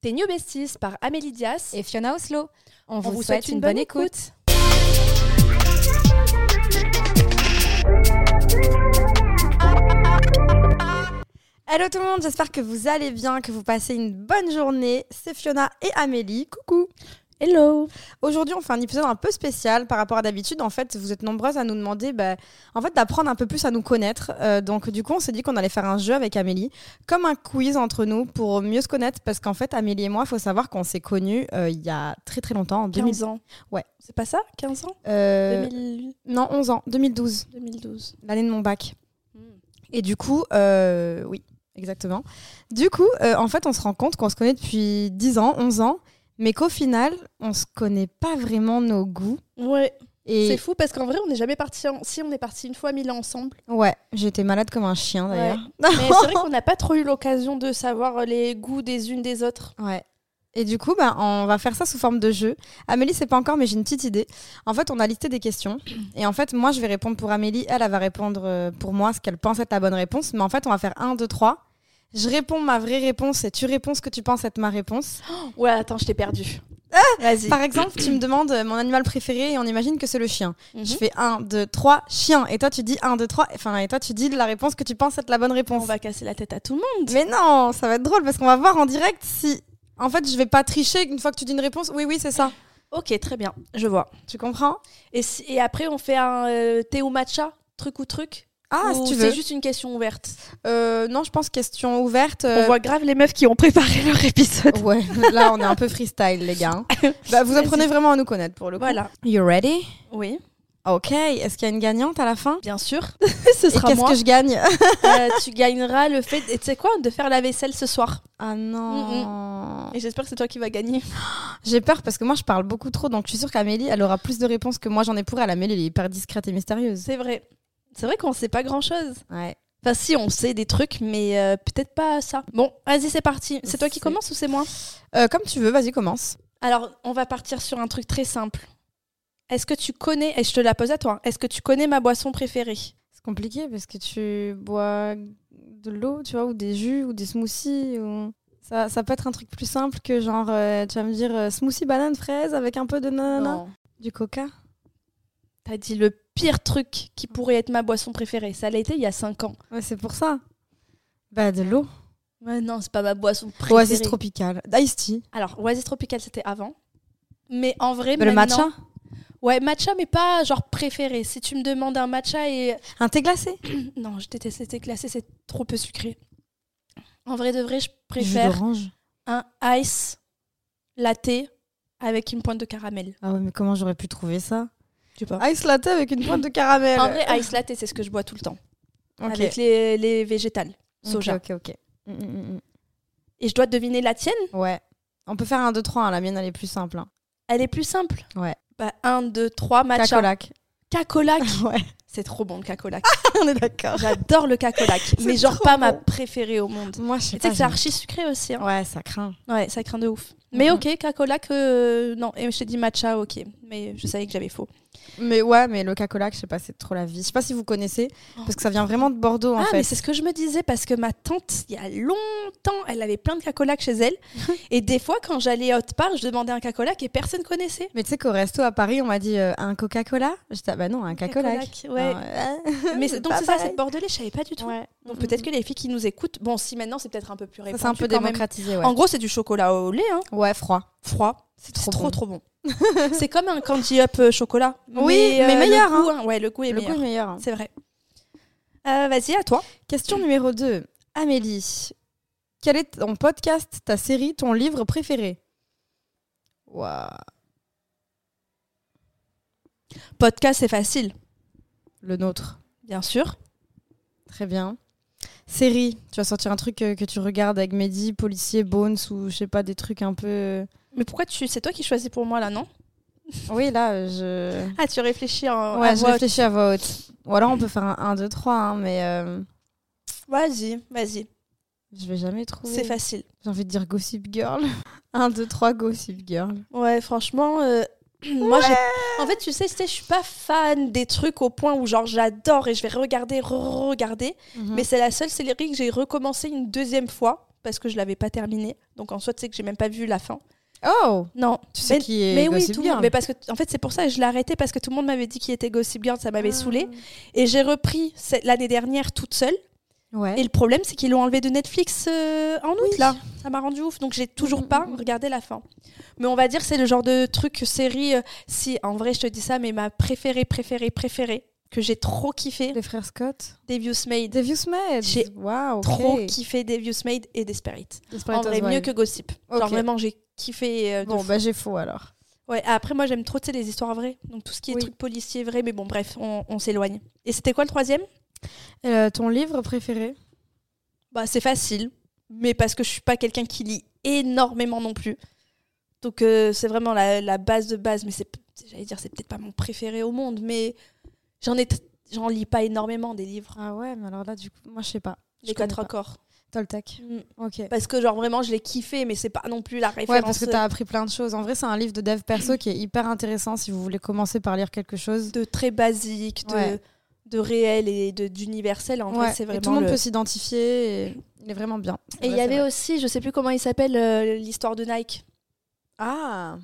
Tes New Besties par Amélie Dias. et Fiona Oslo. On, vous souhaite une bonne écoute. Hello tout le monde, j'espère que vous allez bien, que vous passez une bonne journée. C'est Fiona et Amélie. Coucou. Hello Aujourd'hui, on fait un épisode un peu spécial par rapport à d'habitude. En fait, vous êtes nombreuses à nous demander bah, en fait, d'apprendre un peu plus à nous connaître. Euh, donc, du coup, on s'est dit qu'on allait faire un jeu avec Amélie, comme un quiz entre nous pour mieux se connaître. Parce qu'en fait, Amélie et moi, il faut savoir qu'on s'est connus euh, il y a très très longtemps, en 2000... 15 ans. Ouais. C'est pas ça 15 ans euh, 2008, Non, 11 ans, 2012, 2012. l'année de mon bac. Hmm. Et du coup, euh, oui, exactement. Du coup, euh, en fait, on se rend compte qu'on se connaît depuis 10 ans, 11 ans, mais qu'au final, on se connaît pas vraiment nos goûts. Ouais, c'est Et fou parce qu'en vrai, on n'est jamais parti. En... Si, on est parti une fois à Milan ensemble. ouais, j'étais malade comme un chien d'ailleurs. Mais c'est vrai qu'on n'a pas trop eu l'occasion de savoir les goûts des unes des autres. Ouais. Et du coup, bah, on va faire ça sous forme de jeu. Amélie, c'est pas encore, mais j'ai une petite idée. En fait, on a listé des questions. Et en fait, moi, je vais répondre pour Amélie. Elle, elle va répondre euh, pour moi ce qu'elle pense être la bonne réponse. Mais en fait, on va faire 1, 2, 3. Je réponds ma vraie réponse et tu réponds ce que tu penses être ma réponse. Ouais, attends, je t'ai perdu. Vas-y. Par exemple, tu me demandes euh, mon animal préféré et on imagine que c'est le chien. Mhm. Je fais 1, 2, 3, chien. Et toi, tu dis 1, 2, 3. Enfin, et toi, tu dis la réponse que tu penses être la bonne On réponse. va casser la tête à tout le monde. Mais non, ça va être drôle parce qu'on va voir en direct si. En fait, je vais pas tricher une fois que tu dis une réponse. Oui, oui, c'est ça. Ok, très bien, je vois. Tu comprends Et, si- et après, on fait un euh, thé ou matcha, truc ou truc Ah, si ou tu veux. C'est juste une question ouverte. Euh, non, je pense question ouverte. euh, On voit grave les meufs qui ont préparé leur épisode. Ouais, là, on est un peu freestyle, les gars. Bah, vous Vas-y. apprenez vraiment à nous connaître pour le coup. Voilà. You ready Oui, Ok. Est-ce qu'il y a une gagnante à la fin bien sûr. ce Et sera qu'est-ce moi. que je gagne Euh, tu gagneras le fait, et tu sais quoi, de faire la vaisselle ce soir. Ah non. Et j'espère que c'est toi qui vas gagner. J'ai peur parce que moi je parle beaucoup trop, donc je suis sûre qu'Amélie, elle aura plus de réponses que moi j'en ai pour elle. Amélie, elle est hyper discrète et mystérieuse. C'est vrai. C'est vrai qu'on sait pas grand-chose. Ouais. Enfin, si, on sait des trucs, mais euh, peut-être pas ça. Bon, vas-y, c'est parti. C'est toi qui C'est- commence ou c'est moi Euh, comme tu veux, vas-y, commence. Alors, on va partir sur un truc très simple. Est-ce que tu connais, et je te la pose à toi, est-ce que tu connais ma boisson préférée C'est compliqué parce que tu bois de l'eau, tu vois, ou des jus, ou des smoothies. Ou... Ça, ça peut être un truc plus simple que genre, euh, tu vas me dire euh, smoothie banane fraise avec un peu de nanana. Du coca. T'as dit le pire truc qui pourrait être ma boisson préférée. Ça l'a été il y a 5 ans. Ouais, c'est pour ça. Bah, de l'eau. Ouais, non, c'est pas ma boisson préférée. Oasis tropicale. Ice tea. Alors, Oasis Tropical, c'était avant. Mais en vrai, le maintenant- matcha. Ouais, matcha, mais pas genre préféré. Si tu me demandes un matcha et. Un thé glacé. Non, je déteste les thés glacés, c'est trop peu sucré. En vrai de vrai, je Du jus préfère d'orange. un ice latte avec une pointe de caramel. Ah ouais, mais comment j'aurais pu trouver ça Je sais pas. Ice latte avec une pointe de caramel. En vrai, ice latte, c'est ce que je bois tout le temps. Ah, euh, Ok. Avec les, les végétales, Ok, soja. Ok, ok. Mm, mm, mm, Et je dois deviner la tienne mm. Ouais. On peut faire un 2, 3, hein, la mienne elle est plus simple. hein. Elle est plus simple. Ouais. Bah, 1, 2, 3, matcha. Cacolac. Cacolac. Ouais, C'est trop bon le cacolac. on est d'accord. J'adore le cacolac. mais C'est genre trop pas ma bon. préférée au monde. Moi je sais Tu sais pas. que c'est j'aime- archi sucré aussi. hein. Ouais, ça craint. Ouais, ça craint de ouf. Mais Mhm. ok, cacolac, euh, non. Et je t'ai dit matcha, ok. Mais je savais que j'avais faux. Mais ouais, mais le cacolac, je sais pas, c'est trop la vie. Je sais pas si vous connaissez, parce que ça vient vraiment de Bordeaux en ah, fait. mais c'est ce que je me disais parce que ma tante, il y a longtemps, elle avait plein de cacolac chez elle. et des fois, quand j'allais à Haute Part, je demandais un cacolac et personne connaissait. Mais tu sais qu'au resto à Paris, on m'a dit euh, un Coca-Cola J'étais, ah bah non, euh, un cacolac. Cacolac, ouais. mais c'est- donc c'est ça, c'est le bordelais, je savais pas du tout. Donc peut-être que les filles qui nous écoutent, bon, si maintenant c'est peut-être un peu plus répandu. c'est un peu quand même. démocratisé, ouais. En gros, c'est du chocolat au lait, hein, Ouais, froid. froid. C'est trop trop, bon. trop bon. c'est comme un candy up euh, chocolat. Oui, mais le meilleur, goût, hein, Ouais, le goût est Le meilleur. goût est meilleur. hein. C'est vrai. Euh, Vas-y, à toi. Question numéro 2. Amélie, quel est ton podcast, ta série, ton livre préféré Waouh. Podcast, c'est facile, Le nôtre. bien sûr. Très bien. Série, tu vas sortir un truc euh, que tu regardes avec Mehdi, Policier, Bones ou je sais pas, des trucs un peu. euh, Mais pourquoi tu. C'est toi qui choisis pour moi là, non Oui, là, euh, je. Ah, tu réfléchis en. à Ouais, je voix haute. réfléchis à voix haute. Ou alors on peut faire un 1, 2, 3, hein, mais euh, Vas-y, vas-y. je vais jamais trouver. C'est facile. J'ai envie de dire Gossip Girl. 1, 2, 3, Gossip Girl. Ouais, franchement. euh, Moi, j'ai- en fait, tu sais, tu sais, je suis pas fan des trucs au point où, genre, Mm. Mhm. j'adore et je vais regarder, regarder. Mais c'est la seule série que j'ai recommencé une deuxième fois parce que je l'avais pas terminé. Donc en soit, tu sais que j'ai même pas vu la fin. Oh Non. Tu sais mais, qui est mais oui, Gossip tout le Girl. monde. Mais parce que en fait, c'est pour ça que je l'ai arrêté parce que tout le monde m'avait dit qu'il était Gossip Girl, ça m'avait saoulé. Et j'ai repris cette- l'année dernière toute seule. Ah. Ouais. Et le problème, c'est qu'ils l'ont enlevé de Netflix euh, en août, là. Ça m'a rendu ouf. Donc, j'ai Mm, toujours pas regardé la fin. Mais on va dire que c'est le genre de truc, série. euh, si, en vrai, je te dis ça, mais ma préférée, préférée, préférée, que j'ai trop kiffé, Les frères Scott. Devious Maid. Devious Made. J'ai Waouh. ok. Trop kiffé Devious Maid et Desperate. Desperate en vrai, Housewives. mieux que Gossip. Ok. Genre, vraiment, j'ai kiffé. euh, de Bon, fou. bah j'ai faux alors. Ouais, après, moi, j'aime trop tu sais, les histoires vraies. Donc, tout ce qui est Oui. trucs policiers vrais. Mais bon, bref, on, on s'éloigne. Et c'était quoi le troisième Euh, ton livre préféré Bah, c'est facile, mais parce que je suis pas quelqu'un qui lit énormément non plus. Donc euh, c'est vraiment la, la base de base, mais c'est p- j'allais dire c'est peut-être pas mon préféré au monde, mais j'en ai t- j'en lis pas énormément des livres, Ah ouais, mais alors là, du coup, moi je sais pas. Je les connais quatre pas. accords. Toltec. Mm. Ok. Parce que genre vraiment je l'ai kiffé, mais c'est pas non plus la référence. Ouais, parce que t'as appris plein de choses. En vrai, c'est un livre de dev perso qui est hyper intéressant si vous voulez commencer par lire quelque chose. de très basique, de, Ouais. de réel et de- d'universel. En Ouais, vrai, c'est et vraiment tout le monde le- peut s'identifier. et Il est vraiment bien. Et il Ouais, y c'est avait vrai. aussi, je sais plus comment il s'appelle, euh, l'histoire de Nike. Ah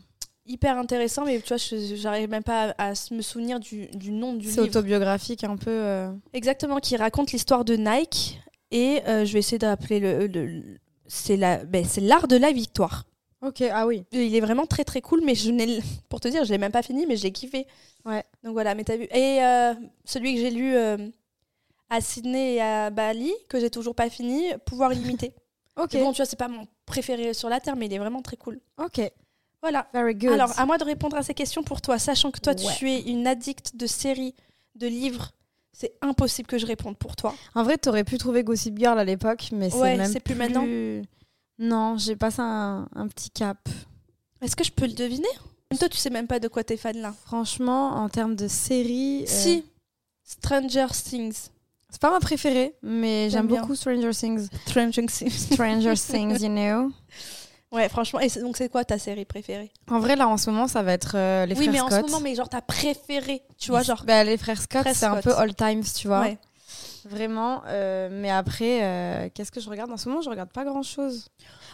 Hyper intéressant, mais tu vois, je- j'arrive même pas à, à se- me souvenir du, du nom du C'est livre. autobiographique un peu. euh, Exactement, qui raconte l'histoire de Nike. Et euh, je vais essayer d'appeler le. le- le- c'est la, ben, c'est l'art de la victoire. Ok, ah oui. Et Il est vraiment très très cool, mais je n'ai, pour te dire, je l'ai même pas fini, mais je l'ai kiffé. Ouais. Donc voilà, mais t'as vu. Et euh, celui que j'ai lu euh, à Sydney et à Bali, que j'ai toujours pas fini, Pouvoir limité. Ok, Mais bon, tu vois, c'est pas mon préféré sur la terre, mais il est vraiment très cool. ok. Voilà. Very good. Alors, ah à moi de répondre à ces questions pour toi, sachant que toi, Ouais. tu es une addicte de séries, de livres. C'est impossible que je réponde pour toi. En vrai, t'aurais pu trouver Gossip Girl à l'époque, mais Ouais, c'est même. c'est plus maintenant. Non, j'ai passé un, un petit cap. Est-ce que je peux le deviner Même Toi, tu sais même pas de quoi t'es fan Euh. là. Franchement, en termes de série. euh, Si, Stranger Things. C'est pas ma préférée, mais j'aime J'aime bien. beaucoup Stranger Things. Stranger Things. Stranger Things, you know. Ouais, franchement. Et c'est- donc, c'est quoi ta série préférée En vrai, là, en ce moment, ça va être euh, les Oui, frères mais en Scott. ce moment, mais genre ta préférée. Tu vois, genre. Bah, les frères Scott, Frères c'est un Scott. peu all times, tu vois. Ouais. Vraiment. euh, mais après, euh, qu'est-ce que je regarde En ce moment, je regarde pas grand-chose.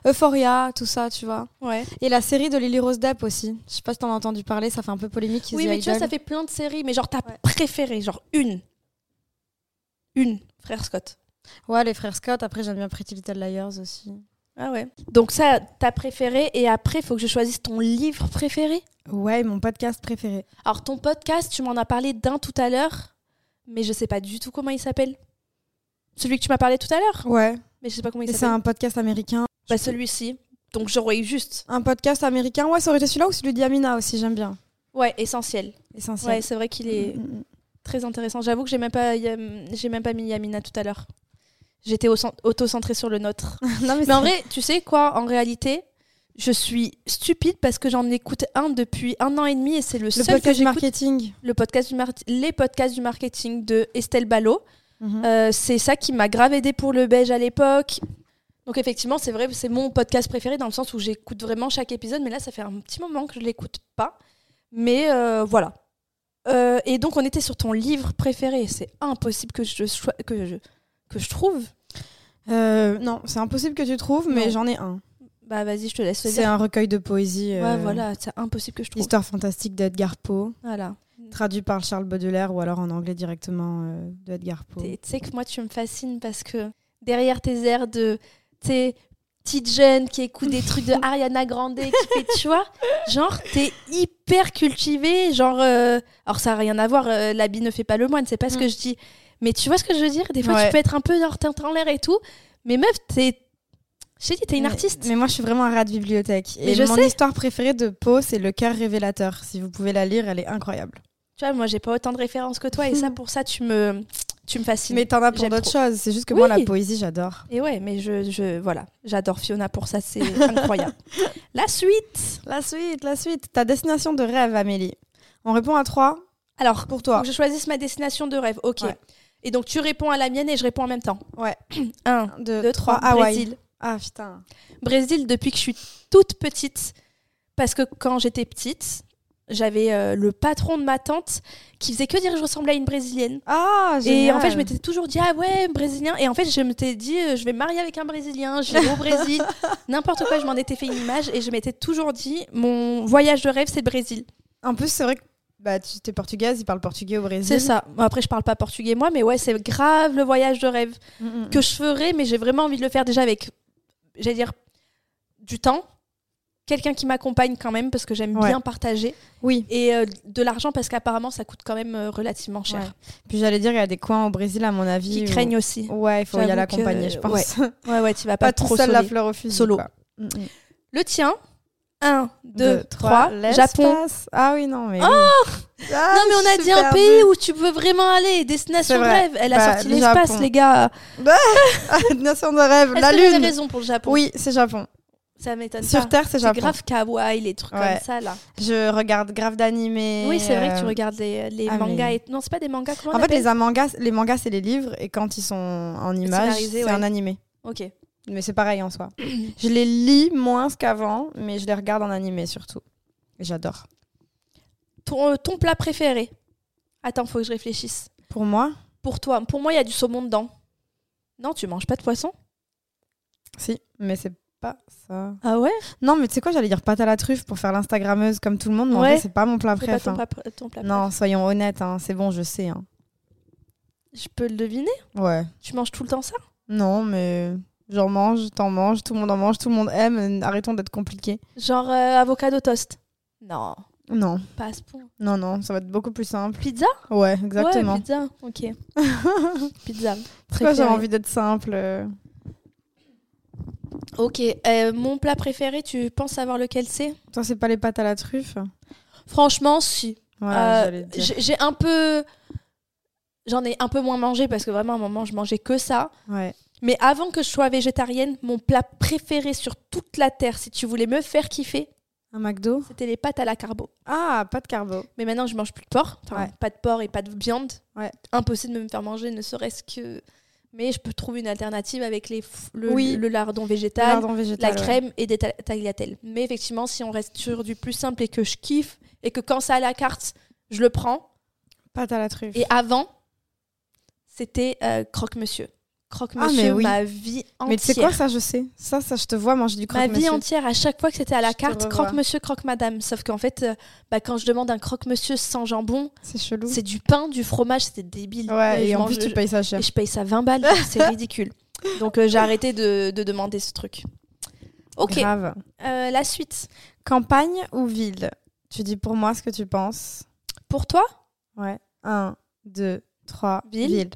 Euphoria, tout ça, tu vois. ouais. Et la série de Lily Rose Depp aussi. Je sais pas si t'en as entendu parler, ça fait un peu polémique. Oui, The mais tu vois, Idol. ça fait plein de séries. Mais genre ta Ouais. préférée, genre une. Une, frère Scott. Ouais, les frères Scott. Après, j'aime bien Pretty Little Liars aussi. Ah ouais. Donc, ça, ta préférée. Et après, faut que je choisisse ton livre préféré. Ouais, mon podcast préféré. Alors, ton podcast, tu m'en as parlé d'un tout à l'heure, mais je sais pas du tout comment il s'appelle. Celui que tu m'as parlé tout à l'heure Ouais. Mais je sais pas comment il Et c'est s'appelle. un podcast américain. Bah celui-ci. Donc j'aurais eu juste. Un podcast américain. Ouais, ça aurait été celui-là ou celui d'Yamina aussi, j'aime bien. Ouais, essentiel. Ouais, Essentiel. c'est vrai qu'il est Mm, mm, très intéressant. J'avoue que j'ai même pas Yam- j'ai même pas mis Yamina tout à l'heure. J'étais au cent- auto-centrée sur le nôtre. mm. non, mais, Mais en c'est- vrai, tu sais quoi, en réalité, je suis stupide parce que j'en écoute un depuis un an et demi et c'est le, le seul que podcast du j'écoute. marketing. Le podcast du mar- les podcasts du marketing de Estelle Ballot. Mhm. Euh, c'est ça qui m'a grave aidé pour le beige à l'époque. Donc effectivement, c'est vrai, c'est mon podcast préféré dans le sens où j'écoute vraiment chaque épisode, mais là, ça fait un petit moment que je l'écoute pas. Mais euh, voilà. Euh, et donc, on était sur ton livre préféré. C'est impossible que je, choi- que je, que je trouve. Euh, non, c'est impossible que tu trouves, mais Non. j'en ai un. Bah vas-y, je te laisse. C'est Dire. un recueil de poésie. euh, Ouais, voilà, c'est impossible que je trouve. Histoire fantastique d'Edgar Poe, Voilà. traduit par Charles Baudelaire ou alors en anglais directement euh, de Edgar Poe. T'es- Tu sais que moi, tu me fascines parce que derrière tes airs de tu sais, petite jeune qui écoute des trucs de Ariana Grande, qui fait, tu vois, genre, t'es hyper cultivée. Genre, euh, alors ça n'a rien à voir, euh, l'habit ne fait pas le moine, c'est pas ce que je dis. Mais tu vois ce que je veux dire Des fois, Mm. Ouais. tu peux être un peu genre, tête en l'air et tout. Mais meuf, t'es. Je t'ai dit, t'es une Mais- artiste. Mais moi, je suis vraiment un rat de bibliothèque. Mais et je mon sais. histoire préférée de Poe, c'est Le cœur révélateur. Si vous pouvez la lire, elle est incroyable. Tu vois, moi, j'ai pas autant de références que toi. Et ça, pour ça, tu me, tu me fascines. Mais t'en as pour J'aime d'autres trop. choses. C'est juste que Oui. moi, la poésie, j'adore. Et ouais, mais je, je voilà, j'adore Fiona pour ça, c'est incroyable. La suite. La suite, la suite. Ta destination de rêve, Amélie. On répond à trois. Alors, Pour toi. Faut que je choisisse ma destination de rêve. Ok. Ouais. Et donc tu réponds à la mienne et je réponds en même temps. Ouais. 1, Un, deux, 2, trois. 3, Hawaï. Brésil. Ah putain. Brésil depuis que je suis toute petite. Parce que quand j'étais petite, j'avais euh, le patron de ma tante qui faisait que dire que je ressemblais à une brésilienne. Ah, Et en fait, je m'étais toujours dit, ah ouais, brésilien. Et en fait, je m'étais dit, euh, je vais me marier avec un brésilien, je vais au Brésil. N'importe quoi, je m'en étais fait une image et je m'étais toujours dit, mon voyage de rêve, c'est le Brésil. En plus, c'est vrai que bah, tu es portugaise, ils parlent portugais au Brésil. C'est ça. Bon, Après, je parle pas portugais moi, mais ouais, c'est grave le voyage de rêve Mm, mm. que je ferais, mais j'ai vraiment envie de le faire déjà avec, j'allais dire, du temps, quelqu'un qui m'accompagne quand même, parce que j'aime Ouais. bien partager, Oui. et euh, de l'argent, parce qu'apparemment, ça coûte quand même euh, relativement cher. Ouais. Puis j'allais dire, il y a des coins au Brésil, à mon avis. Qui où- craignent aussi. Ouais, il faut y J'avoue aller accompagner, que- je pense. Ouais, ouais, tu vas pas, Pas trop trop seule la solo. fleur au fusil. Solo. quoi. Mm, mm. Le tien 1, 2, Deux, 3, l'espace. Japon. Oh Ah oui, non, mais. oui. Ah, Non, mais on a dit un superbe. pays où tu veux vraiment aller, destination C'est de vrai. rêve. Elle a Bah, sorti le l'espace, Japon. les gars. Nation de rêve, Est-ce la que j'avais lune. raison pour le Japon Oui, c'est Japon. Ça m'étonne Sur pas. Terre, c'est C'est Japon. grave kawaii, les trucs Ouais. comme ça, là. Je regarde grave d'animés. Oui, c'est vrai que tu euh, regardes les, les ah, mangas. mais- Et... Non, c'est pas des mangas. Comment on En fait, les appelle mangas, les mangas, c'est les livres, et quand ils sont en images, Scénarisés, c'est ouais. un animé. Ok. Mais c'est pareil en soi. je les lis moins qu'avant, mais je les regarde en animé surtout. Et J'adore. Ton, euh, ton plat préféré Attends, faut que je réfléchisse. Pour moi, Pour toi, pour moi, il y a du saumon dedans. Non, tu manges pas de poisson si, mais c'est pas ça. Ah ouais Non, mais tu sais quoi, j'allais dire pâte à la truffe pour faire l'instagrammeuse comme tout le monde, mais en Ouais. vrai, c'est pas mon plat C'est pas préf. ton hein. plat, pr- ton plat Non, soyons honnêtes, hein, c'est bon, je sais. hein. préféré. Je peux le deviner Ouais. Tu manges tout le temps ça Non, mais j'en mange, t'en manges, tout le monde en mange, tout le monde aime, arrêtons d'être compliqués. Genre euh, avocado toast Non, Non, pas à ce point. non, non, ça va être beaucoup plus simple. Pizza Ouais, exactement. Ouais, pizza. Ok. pizza. Pourquoi j'ai préféré. envie d'être simple euh, Ok. euh, mon plat préféré, tu penses savoir lequel c'est Toi, c'est pas les pâtes à la truffe Franchement, si. Voilà, Euh, j'allais te dire. j'ai j'ai un peu. J'en ai un peu moins mangé parce que vraiment, à un moment, je mangeais que ça. Ouais. Mais avant que je sois végétarienne, mon plat préféré sur toute la terre, si tu voulais me faire kiffer, Un McDo c'était les pâtes à la carbo. Ah, pas de carbo. Mais maintenant, je mange plus de porc. Enfin, Ouais. pas de porc et pas de viande. Ouais. Impossible de me faire manger, ne serait-ce que. Mais je peux trouver une alternative avec les f- le, Oui. le lardon végétal, Pardon, végétal. la ouais. crème et des ta- tagliatelles. Mais effectivement, si on reste sur du plus simple et que je kiffe, et que quand c'est à la carte, je le prends, Pâte à la truffe. Et avant, c'était euh, croque-monsieur. Ah, Croque-monsieur, mais oui. ma vie entière. Mais tu sais quoi, ça, je sais. Ça, ça, je te vois manger du Ma croque vie entière, à chaque fois que c'était à la Je te carte, revois. croque-monsieur, croque-madame. Sauf qu'en fait, euh, bah, quand je demande un croque-monsieur sans jambon, C'est chelou. c'est du pain, du fromage, c'était débile. Euh, Ouais, je et en mange- plus, tu payes ça cher. et je paye ça 20 balles, c'est ridicule. Donc euh, j'ai arrêté de, de demander ce truc. Ok, Grave. euh, la suite. Campagne ou ville Tu dis pour moi ce que tu penses. Pour toi Ouais. 1, 2, 3. Ville.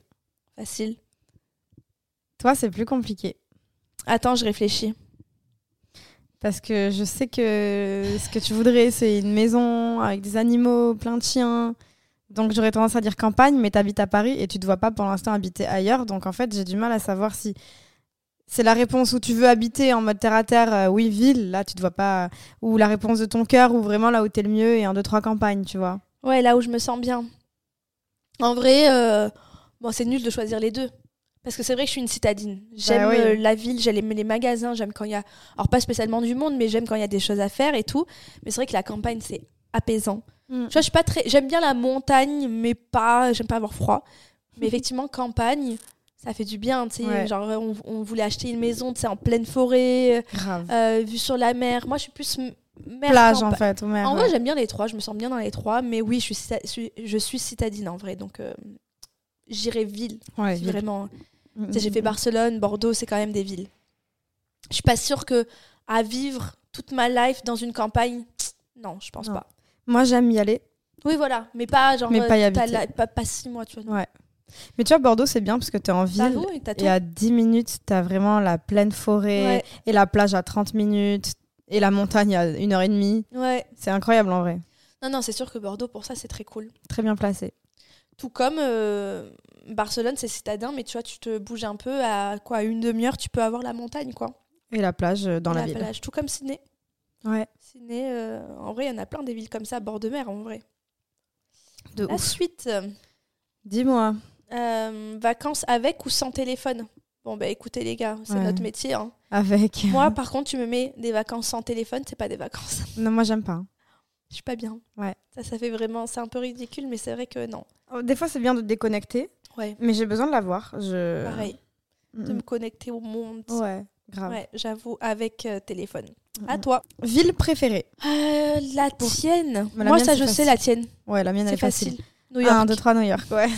Facile. Toi, c'est plus compliqué. Attends, je réfléchis. Parce que je sais que ce que tu voudrais, c'est une maison avec des animaux, plein de chiens. Donc j'aurais tendance à dire campagne, mais t'habites à Paris et tu te vois pas pour l'instant habiter ailleurs. Donc en fait, j'ai du mal à savoir si c'est la réponse où tu veux habiter en mode terre à terre, euh, oui, ville, là tu te vois pas. euh, Ou la réponse de ton cœur, ou vraiment là où t'es le mieux et un, deux, trois campagne, tu vois. Ouais, là où je me sens bien. En vrai, euh, bon, c'est nul de choisir les deux. Parce que c'est vrai que je suis une citadine. J'aime oui. euh, la ville, j'aime les magasins, j'aime quand il y a. Alors, pas spécialement du monde, mais j'aime quand il y a des choses à faire et tout. Mais c'est vrai que la campagne, c'est apaisant. Mm. Tu vois, je suis pas très. J'aime bien la montagne, mais pas. J'aime pas avoir froid. Mais effectivement, campagne, ça fait du bien, tu sais. Ouais. Genre, on, on voulait acheter une maison, tu sais, en pleine forêt, Grave. euh, vue sur la mer. Moi, je suis plus m- mer. Plage campa- en fait, ou mer. en Ah ouais. vrai, j'aime bien les trois, je me sens bien dans les trois, mais oui, je suis, cita- suis- je suis citadine en vrai, donc euh, j'irai ville, Ouais, si ville. vraiment. Mm, Tu sais, J'ai mm, fait mm. Barcelone, Bordeaux, c'est quand même des villes. Je suis pas sûre que à vivre toute ma life dans une campagne, non, je pense Non. pas. Moi, j'aime y aller. Oui, voilà, mais pas genre. Mais euh, pas y t'as habiter. la- pas, pas six mois, tu vois. Mais tu vois, Bordeaux, c'est bien parce que t'es en T'as ville. l'eau et t'as tout. Et à 10 minutes, t'as vraiment la pleine forêt Ouais, et la plage à 30 minutes et la montagne à une heure et demie. ouais. C'est incroyable en vrai. Non, non, c'est sûr que Bordeaux, pour ça, c'est très cool. Très bien placé. Tout comme euh, Barcelone, c'est citadin, mais tu vois, tu te bouges un peu à quoi, une demi-heure, tu peux avoir la montagne, quoi. Et la plage euh, dans la, ville. plage, tout comme Sydney. Ouais. Sydney, euh, en vrai, il y en a plein des villes comme ça, bord de mer, en vrai. De La ouf. suite, euh, Dis-moi. euh, vacances avec ou sans téléphone Bon, bah écoutez, les gars, c'est Ouais. notre métier. hein. Avec. Moi, par contre, tu me mets des vacances sans téléphone, c'est pas des vacances. non, moi, j'aime pas. je suis pas bien. Ouais. Ça, ça fait vraiment, c'est un peu ridicule, mais c'est vrai que non. Oh, Des fois, c'est bien de te déconnecter, Ouais, mais j'ai besoin de l'avoir. Je... pareil, Mm, de me connecter au monde. mm. Ouais, grave. Ouais, j'avoue, avec euh, téléphone. À Mm. toi. Ville préférée. Euh, la Pour- tienne. Mais la Moi, mienne, ça, c'est je sais facile. la tienne. Ouais, la mienne, elle est C'est facile. Ah, facile. New York. 1, 2, 3, New York. Ouais.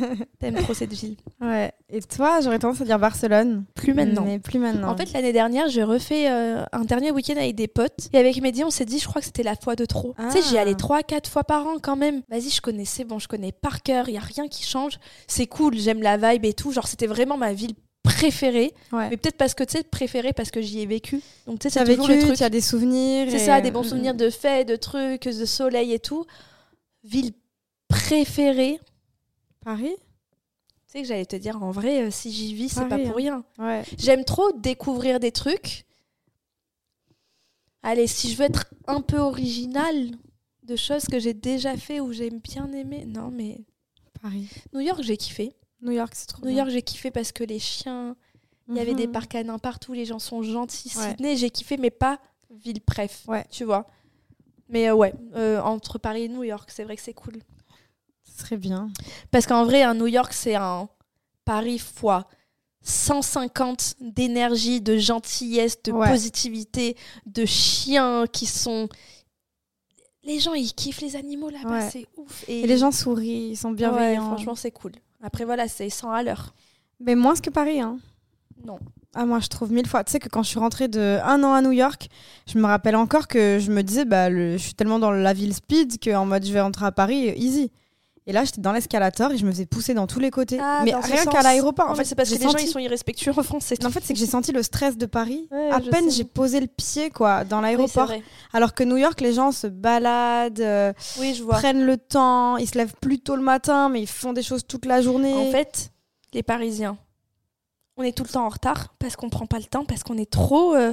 T'aimes trop cette ville. ouais. Et toi, j'aurais tendance à dire Barcelone. Plus maintenant. Mais plus maintenant. En fait, l'année dernière, j'ai refait euh, un dernier week-end avec des potes. Et avec Mehdi, on s'est dit, je crois que c'était la fois de trop. Tu sais, j'y Ah. allais 3-4 fois par an quand même. Vas-y, je connais, c'est bon, je connais par cœur, il n'y a rien qui change. C'est cool, j'aime la vibe et tout. Genre, c'était vraiment ma ville préférée. Ouais. Mais peut-être parce que, tu sais, préférée parce que j'y ai vécu. Donc, tu sais, tu as c'est toujours le vécu, truc. tu as des souvenirs. C'est et- ça, des bons Mm, souvenirs de fêtes, de trucs, de soleil et tout. Ville préférée. mm. Paris Tu sais que j'allais te dire, en vrai, euh, si j'y vis, c'est pas Pareil, pour hein. rien. Ouais. J'aime trop découvrir des trucs. Allez, si je veux être un peu originale de choses que j'ai déjà fait ou j'ai bien aimé. Non, mais Paris. New York, j'ai kiffé. New York, c'est trop New York, j'ai kiffé parce que les chiens, il y avait des parcs parcs à nains partout, les gens sont gentils. Ouais. Sydney, j'ai kiffé, mais pas ville préf. Ouais. Tu vois. Mais euh, ouais, euh, entre Paris et New York, c'est vrai que c'est cool. Ce serait bien. Parce qu'en vrai, un New York, c'est un Paris fois 150 d'énergie, de gentillesse, de Ouais. positivité, de chiens qui sont. Les gens, ils kiffent les animaux là-bas, Ouais. c'est ouf. Et les gens sourient, ils sont bien bienveillants. franchement, c'est cool. Après, voilà, c'est 100 à l'heure. Mais moins que Paris, hein. Non. Ah, moi, je trouve mille fois. Tu sais que quand je suis rentrée de un an à New York, je me rappelle encore que je me disais, bah, le- je suis tellement dans la ville speed qu'en mode je vais rentrer à Paris, euh, easy. Et là, j'étais dans l'escalator et je me faisais pousser dans tous les côtés. Ah, mais dans ce rien sens. qu'à l'aéroport. Non, En mais fait, c'est parce que j'ai les gens, senti- ils sont irrespectueux en France, c'est tout. En fait, c'est que j'ai senti le stress de Paris. Ouais, à je peine sais. j'ai posé le pied quoi dans Oui, c'est l'aéroport. vrai. Alors que New York, les gens se baladent, euh, Oui, je vois. prennent le temps, ils se lèvent plus tôt le matin, mais ils font des choses toute la journée. En fait, les Parisiens, on est tout le temps en retard parce qu'on prend pas le temps, parce qu'on est trop. euh,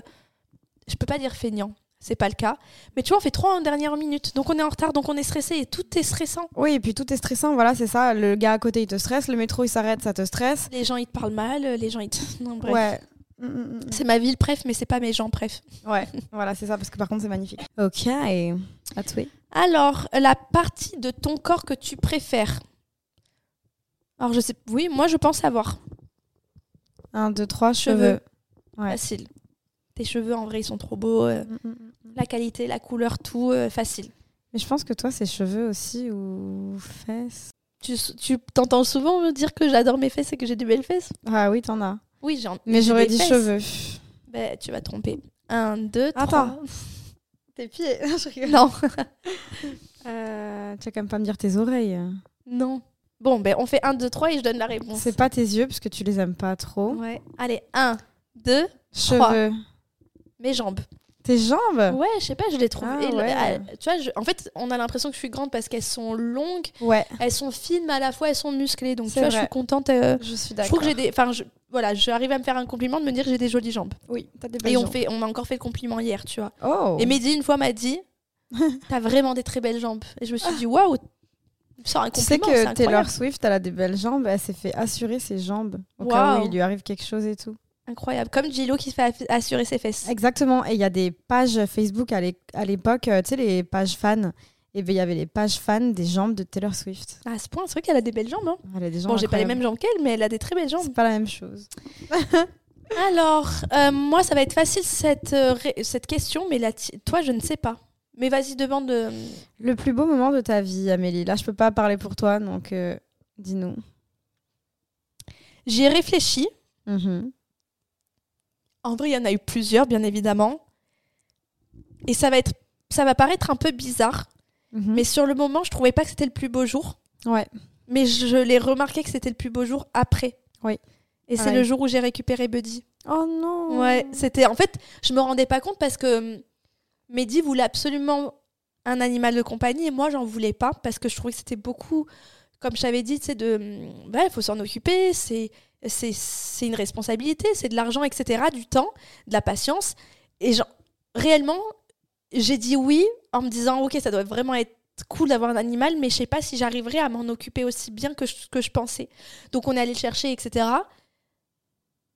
je peux pas dire feignant, c'est pas le cas. Mais tu vois, on fait trop en dernière minute. Donc on est en retard, donc on est stressé et tout est stressant. Oui, et puis tout est stressant, voilà, c'est ça. Le gars à côté, il te stresse, le métro, il s'arrête, ça te stresse. Les gens, ils te parlent mal, euh, les gens, ils te. Non, bref. Ouais. Mm, mm, C'est ma ville, bref, mais c'est pas mes gens, bref. mm. Ouais, voilà, c'est ça, parce que par contre, c'est magnifique. Ok, et à toi. Alors, la partie de ton corps que tu préfères Alors, je sais. Oui, moi, je pense avoir. 1, 2, 3, Cheveux. cheveux. Ouais. Facile. Tes cheveux, en vrai, ils sont trop beaux. euh, Mm, mm, mm. la qualité, la couleur, tout, euh, facile. Mais je pense que toi, c'est cheveux aussi ou fesses. Tu tu t'entends souvent me dire que j'adore mes fesses et que j'ai des belles fesses Ah oui, t'en as. Oui, j'en Mais j'ai j'aurais des dit fesses. cheveux. Bah, tu vas te tromper. Un, deux, Attends. trois. Ah, Tes pieds. je rigole. Non, Euh, tu vas quand même pas me dire tes oreilles. non. Bon, ben on fait un, deux, trois et je donne la réponse. C'est pas tes yeux, parce que tu les aimes pas trop. Ouais. Allez, un, deux, Cheveux. mes jambes. Tes jambes Ouais, je sais pas, je les trouve. Ah, et le- ouais. ah, tu vois, je- en fait, on a l'impression que je suis grande parce qu'elles sont longues, Ouais, elles sont fines, mais à la fois elles sont musclées. Donc tu C'est vois, je vrai. suis contente. euh, je suis je d'accord. trouve que j'ai des. Enfin, je- voilà, j'arrive à me faire un compliment de me dire que j'ai des jolies jambes. Oui, t'as des belles Et on jambes. fait, on m'a encore fait le compliment hier, tu vois. Oh Et Mehdi, une fois, m'a dit T'as vraiment des très belles jambes. Et je me suis dit Waouh Sors un Tu sais compliment, c'est que Taylor incroyable. Swift, elle a des belles jambes, elle s'est fait assurer ses jambes au cas Waouh. où il lui arrive quelque chose et tout. incroyable. Comme Gillo qui se fait aff- assurer ses fesses. Exactement, et il y a des pages Facebook à l'é- à l'époque, euh, tu sais, les pages fans. Et bien, il y avait les pages fans des jambes de Taylor Swift. Ah, À ce point, c'est vrai qu'elle a des belles jambes. Hein. Elle a des jambes Bon, j'ai pas les incroyables. mêmes jambes qu'elle, mais elle a des très belles jambes. C'est pas la même chose. Alors, euh, moi, ça va être facile cette, euh, ré- cette question, mais la ti- toi, je ne sais pas. Mais vas-y, demande. euh, Le plus beau moment de ta vie, Amélie. Là, je peux pas parler pour toi, donc euh, dis-nous. J'y ai réfléchi. Mm-hmm. Mhm. En vrai, il y en a eu plusieurs, bien évidemment. Et ça va être, ça va paraître un peu bizarre, Mhm. mais sur le moment, je trouvais pas que c'était le plus beau jour. Ouais, Mais je l'ai remarqué que c'était le plus beau jour après. Oui. Et c'est Pareil. le jour où j'ai récupéré Buddy. Oh non Ouais, c'était. En fait, je me rendais pas compte parce que hum, Mehdi voulait absolument un animal de compagnie et moi, j'en voulais pas parce que je trouvais que c'était beaucoup. Comme je t'avais dit, tu sais, de. hum, Ouais, il faut s'en occuper, c'est. C'est c'est une responsabilité, c'est de l'argent, etc., du temps, de la patience. Et genre, réellement, j'ai dit oui en me disant, ok, ça doit vraiment être cool d'avoir un animal, mais je sais pas si j'arriverai à m'en occuper aussi bien que je, que je pensais. Donc on est allé le chercher, etc.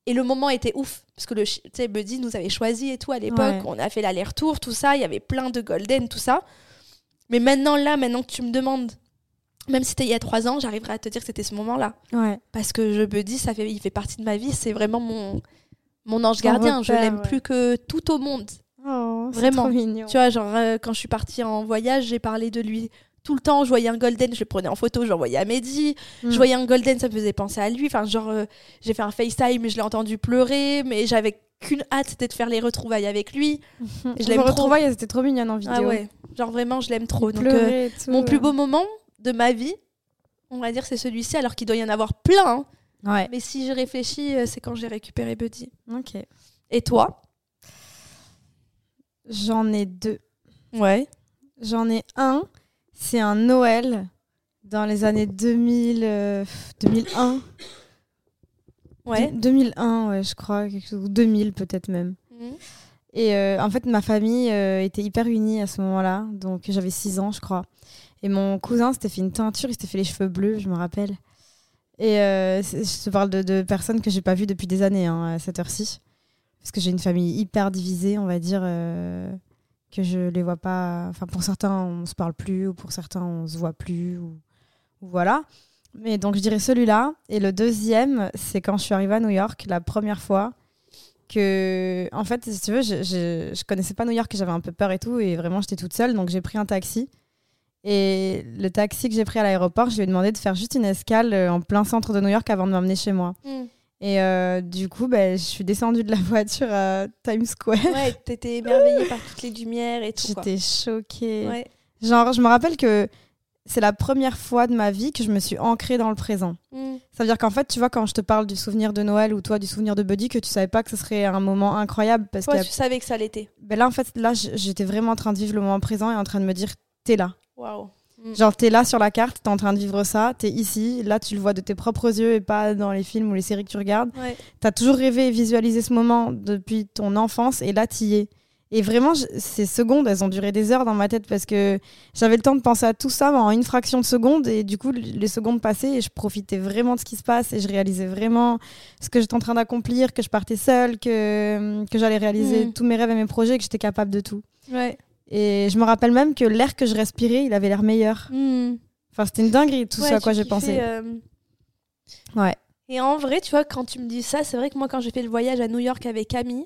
Et le moment était ouf, parce que le chi- tu sais, Buddy nous avait choisi et tout à l'époque. Ouais. On a fait l'aller-retour, tout ça. Il y avait plein de golden, tout ça. Mais maintenant, là, maintenant que tu me demandes, même si c'était il y a trois ans, j'arriverai à te dire que c'était ce moment-là. Ouais. Parce que je me dis, ça fait, il fait partie de ma vie, c'est vraiment mon, mon ange gardien. je repère, l'aime ouais. plus que tout au monde. Oh, c'est Vraiment. trop mignon. Tu vois, genre, euh, quand je suis partie en voyage, j'ai parlé de lui tout le temps. Je voyais un Golden, je le prenais en photo, je l'envoyais à Mehdi. Mm. Je voyais un Golden, ça me faisait penser à lui. Enfin, genre, euh, j'ai fait un FaceTime, je l'ai entendu pleurer, mais j'avais qu'une hâte, c'était de faire les retrouvailles avec lui. Je l'aime l'aime trop. retrouvé, elles étaient trop mignonnes en vidéo. Ah ouais, genre vraiment, je l'aime trop. Donc, euh, Pleurer et tout. mon plus beau moment de ma vie, on va dire, c'est celui-ci, alors qu'il doit y en avoir plein. hein. Ouais. Mais si je réfléchis, euh, c'est quand j'ai récupéré Buddy. Ok. Et toi J'en ai deux. Ouais. J'en ai un. C'est un Noël dans les années 2000, euh, pff, 2001. Ouais. Deux- 2001, ouais, je crois, quelque chose, ou 2000 peut-être même. Mmh. Et euh, en fait, ma famille euh, était hyper unie à ce moment-là, donc j'avais 6 ans, je crois. Et mon cousin s'était fait une teinture, il s'était fait les cheveux bleus, je me rappelle. Et euh, c'est- je te parle de, de personnes que j'ai pas vues depuis des années hein, à cette heure-ci, parce que j'ai une famille hyper divisée, on va dire, euh, que je les vois pas. Enfin, pour certains, on se parle plus, ou pour certains, on se voit plus, ou, ou voilà. Mais donc, je dirais celui-là. Et le deuxième, c'est quand je suis arrivée à New York la première fois que en fait si tu veux je, je, je connaissais pas New York et j'avais un peu peur et tout et vraiment j'étais toute seule donc j'ai pris un taxi et le taxi que j'ai pris à l'aéroport je lui ai demandé de faire juste une escale euh, en plein centre de New York avant de m'emmener chez moi Mmh. et euh, du coup ben, je suis descendue de la voiture à Times Square Ouais, t'étais émerveillée par toutes les lumières et tout. quoi. j'étais choquée Ouais. genre je me rappelle que c'est la première fois de ma vie que je me suis ancrée dans le présent Mm. Ça veut dire qu'en fait, tu vois, quand je te parle du souvenir de Noël ou toi du souvenir de Buddy, que tu savais pas que ce serait un moment incroyable parce qu'il y Toi, a tu savais que ça l'était. Ben là, en fait, là, j- j'étais vraiment en train de vivre le moment présent et en train de me dire, t'es là. Waouh. Mm. Genre, t'es là sur la carte, t'es en train de vivre ça, t'es ici, là, tu le vois de tes propres yeux et pas dans les films ou les séries que tu regardes. Ouais. T'as toujours rêvé et visualisé ce moment depuis ton enfance et là, t'y es. Et vraiment, je- ces secondes, elles ont duré des heures dans ma tête parce que j'avais le temps de penser à tout ça mais en une fraction de seconde et du coup, l- les secondes passaient et je profitais vraiment de ce qui se passe et je réalisais vraiment ce que j'étais en train d'accomplir, que je partais seule, que, que j'allais réaliser Mm. tous mes rêves et mes projets, que j'étais capable de tout. Ouais. Et je me rappelle même que l'air que je respirais, il avait l'air meilleur. Mm. Enfin, c'était une dinguerie tout Ouais, ce à tu quoi j'ai kiffais, pensé. euh, Ouais. Et en vrai, tu vois, quand tu me dis ça, c'est vrai que moi, quand j'ai fait le voyage à New York avec Camille,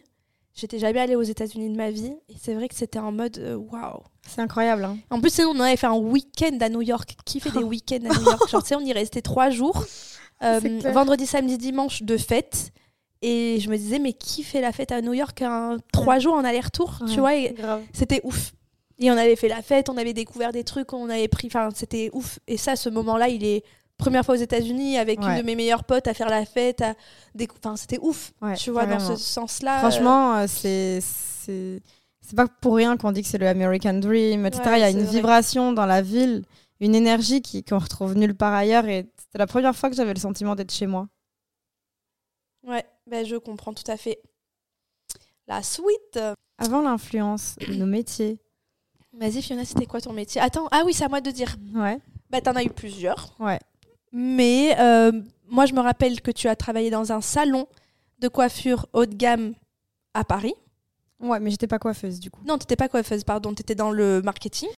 j'étais jamais allée aux États-Unis de ma vie. Et c'est vrai que c'était en mode euh, waouh. C'est incroyable. hein. En plus, sinon, on avait fait un week-end à New York. Qui fait des week-ends à New York Genre, tu sais, on y restait trois jours. Euh, C'est clair. vendredi, samedi, dimanche de fête. Et je me disais, mais qui fait la fête à New York un, trois jours en aller-retour Tu Ouais. vois, et c'était ouf. Et on avait fait la fête, on avait découvert des trucs, on avait pris. Enfin, c'était ouf. Et ça, ce moment-là, il est première fois aux États-Unis avec une Ouais. de mes meilleures potes à faire la fête. À décou- Enfin, c'était ouf. Ouais, tu vois, dans ce carrément. sens-là. Franchement, euh, c'est c'est c'est pas pour rien qu'on dit que c'est le American Dream, etc. Ouais, Il y a c'est une vrai. vibration dans la ville, une énergie qui qu'on retrouve nulle part ailleurs. Et c'était la première fois que j'avais le sentiment d'être chez moi. euh, ouais, ben, je comprends tout à fait. La suite. Avant l'influence, de nos métiers. Vas-y Fiona, c'était quoi ton métier Attends, ah oui, c'est à moi de dire. Ouais. Bah t'en as eu plusieurs. Ouais. Mais euh, moi je me rappelle que tu as travaillé dans un salon de coiffure haut de gamme à Paris. Ouais, mais j'étais pas coiffeuse du coup. Non, t'étais pas coiffeuse, pardon, t'étais dans le marketing.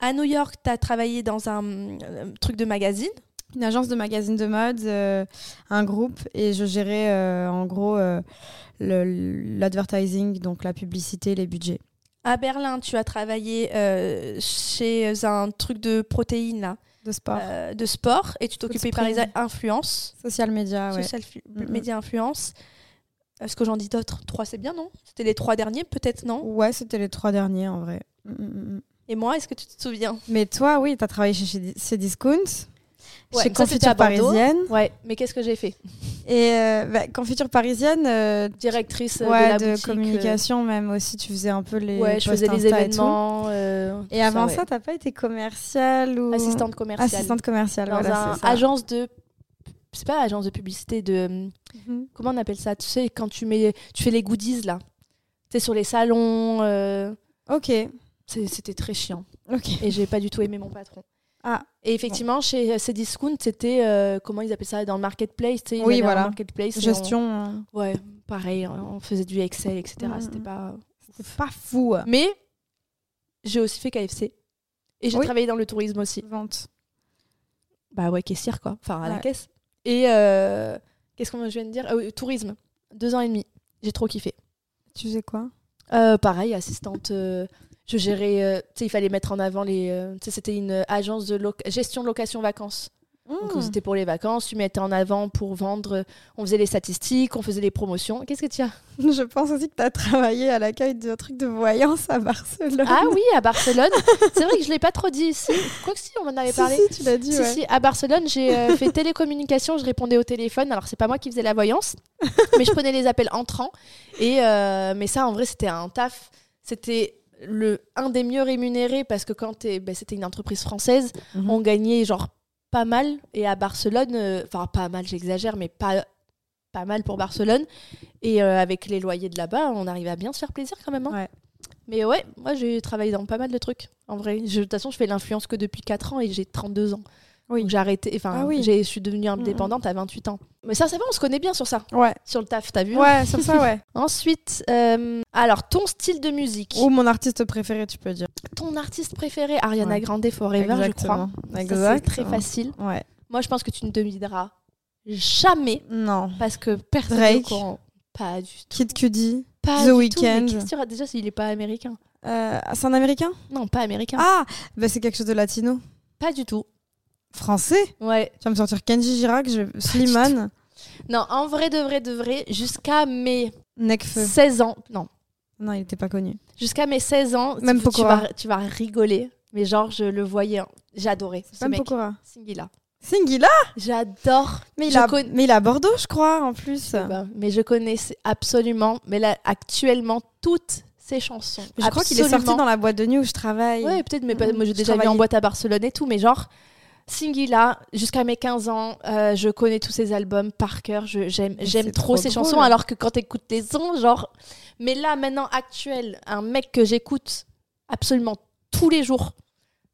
À New York, t'as travaillé dans un euh, truc de magazine. Une agence de magazine de mode, euh, un groupe, et je gérais euh, en gros euh, le- l'advertising, donc la publicité, les budgets. À Berlin, tu as travaillé euh, chez un truc de protéines là, De sport. euh, de sport, et tu t'occupais par les Footspring. influences, Social media, ouais. social fu- Mm, mm. media influence. Est-ce que j'en dis d'autres Trois, c'est bien, non C'était les trois derniers, peut-être, non Ouais, c'était les trois derniers en vrai. Mm, mm, mm. Et moi, est-ce que tu te souviens Mais toi, oui, t'as travaillé chez, chez, chez Discount, Ouais, chez ça, c'était Confiture à Bordeaux. Parisienne. Ouais, mais qu'est-ce que j'ai fait Et euh, bah, Confiture Parisienne, euh, Directrice euh, ouais, de de, la boutique, euh, communication même aussi, tu faisais un peu les. ouais, je posts faisais les Insta et tout. événements. euh, Et, tout avant ouais. ça, t'as pas été commerciale ou. assistante commerciale. Assistante commerciale, dans voilà, un c'est ça. agence de. C'est pas agence de publicité, de. hum, Mhm. Comment on appelle ça Tu sais, quand tu, mets... tu fais les goodies, là. Tu sais, sur les salons. euh, Ok, c'est- C'était très chiant. ok. Et j'ai pas du tout aimé mon patron. Ah, Et effectivement, chez Cdiscount, c'était. euh, comment ils appellent ça Dans le marketplace. tu sais, ils Oui, avaient un voilà. marketplace et on- gestion. euh, Ouais, pareil. On faisait du Excel, etc. Mhm. C'était pas. C'est pas fou. Mais j'ai aussi fait KFC. Et j'ai Oui. travaillé dans le tourisme aussi. Vente. Bah ouais, caissière quoi. Enfin, à la Ouais. caisse. Et euh, qu'est-ce qu'on je viens de dire Ah oui, Tourisme. Deux ans et demi. J'ai trop kiffé. Tu sais quoi Euh, pareil, assistante. euh, je gérais. euh, tu sais, il fallait mettre en avant les. euh, tu sais, c'était une euh, agence de loc- gestion location vacances. Donc Mmh. c'était pour les vacances. Tu mettais en avant pour vendre. euh, On faisait les statistiques, on faisait les promotions. Qu'est-ce que tu as Je pense aussi que tu as travaillé à l'accueil d'un truc de voyance à Barcelone. Ah oui, à Barcelone. C'est vrai que je l'ai pas trop dit ici. Quoi que si, on en avait Si, parlé. si, tu l'as dit, Si, ouais. si, à Barcelone, j'ai euh, fait télécommunication, je répondais au téléphone. Alors, c'est pas moi qui faisais la voyance, mais je prenais les appels entrants. Et, euh, mais ça, en vrai, c'était un taf. C'était le un des mieux rémunérés parce que quand t'es- ben, c'était une entreprise française, Mhm. on gagnait genre pas mal. Et à Barcelone, euh, enfin, pas mal, j'exagère, mais pas, pas mal pour Barcelone. Et euh, avec les loyers de là-bas, on arrivait à bien se faire plaisir quand même. hein. Ouais. Mais ouais, moi j'ai travaillé dans pas mal de trucs. En vrai, Je- de toute façon, je fais l'influence que depuis 4 ans et j'ai 32 ans. Oui. Donc j'ai arrêté, enfin, Ah oui. j'ai- je suis devenue indépendante à 28 ans. Mais ça, ça va, on se connaît bien sur ça, Ouais. sur le taf, t'as vu hein Ouais, sur ça, ouais. Ensuite, euh, alors ton style de musique, Ou mon artiste préféré, tu peux dire. ton artiste préféré, Ariana Ouais. Grande Forever, Exactement. je crois. Ça, Exactement. C'est très facile. Ouais. Moi, je pense que tu ne devineras jamais Non. parce que personne n'est au Drake. courant. Pas du tout. Kid Cudi. The Pas du tout, mais Weeknd. qu'est-ce qu'il y aura Déjà, il n'est pas américain. Euh, c'est un américain Non, pas américain. Ah bah, C'est quelque chose de latino. Pas du tout. Français Ouais, Tu vas me sortir Kenji Girac, je... Ah, Slimane, Non, en vrai, de vrai, de vrai, jusqu'à mes Nekfeu. 16 ans, non, Non, il n'était pas connu. jusqu'à mes 16 ans, Même tu, tu, Pokora. vas, tu vas rigoler, mais genre, je le voyais, hein. j'adorais ce Même mec, Pokora. Singila. Singila J'adore, mais il, Je a... con- mais il est à Bordeaux, je crois, en plus. Eh ben, mais je connaissais absolument, mais là, actuellement, toutes ses chansons. Je crois qu'il est sorti dans la boîte de nuit où je travaille. Ouais, peut-être, mais pas- Mm, moi, j'ai je déjà vu en travaillais. boîte à Barcelone et tout, mais genre, Singila, jusqu'à mes 15 ans, euh, je connais tous ses albums par cœur, je- j'aime Mais j'aime c'est trop trop ses drôle. chansons, alors que quand t'écoutes les sons, genre... Mais là, maintenant, actuel, un mec que j'écoute absolument tous les jours,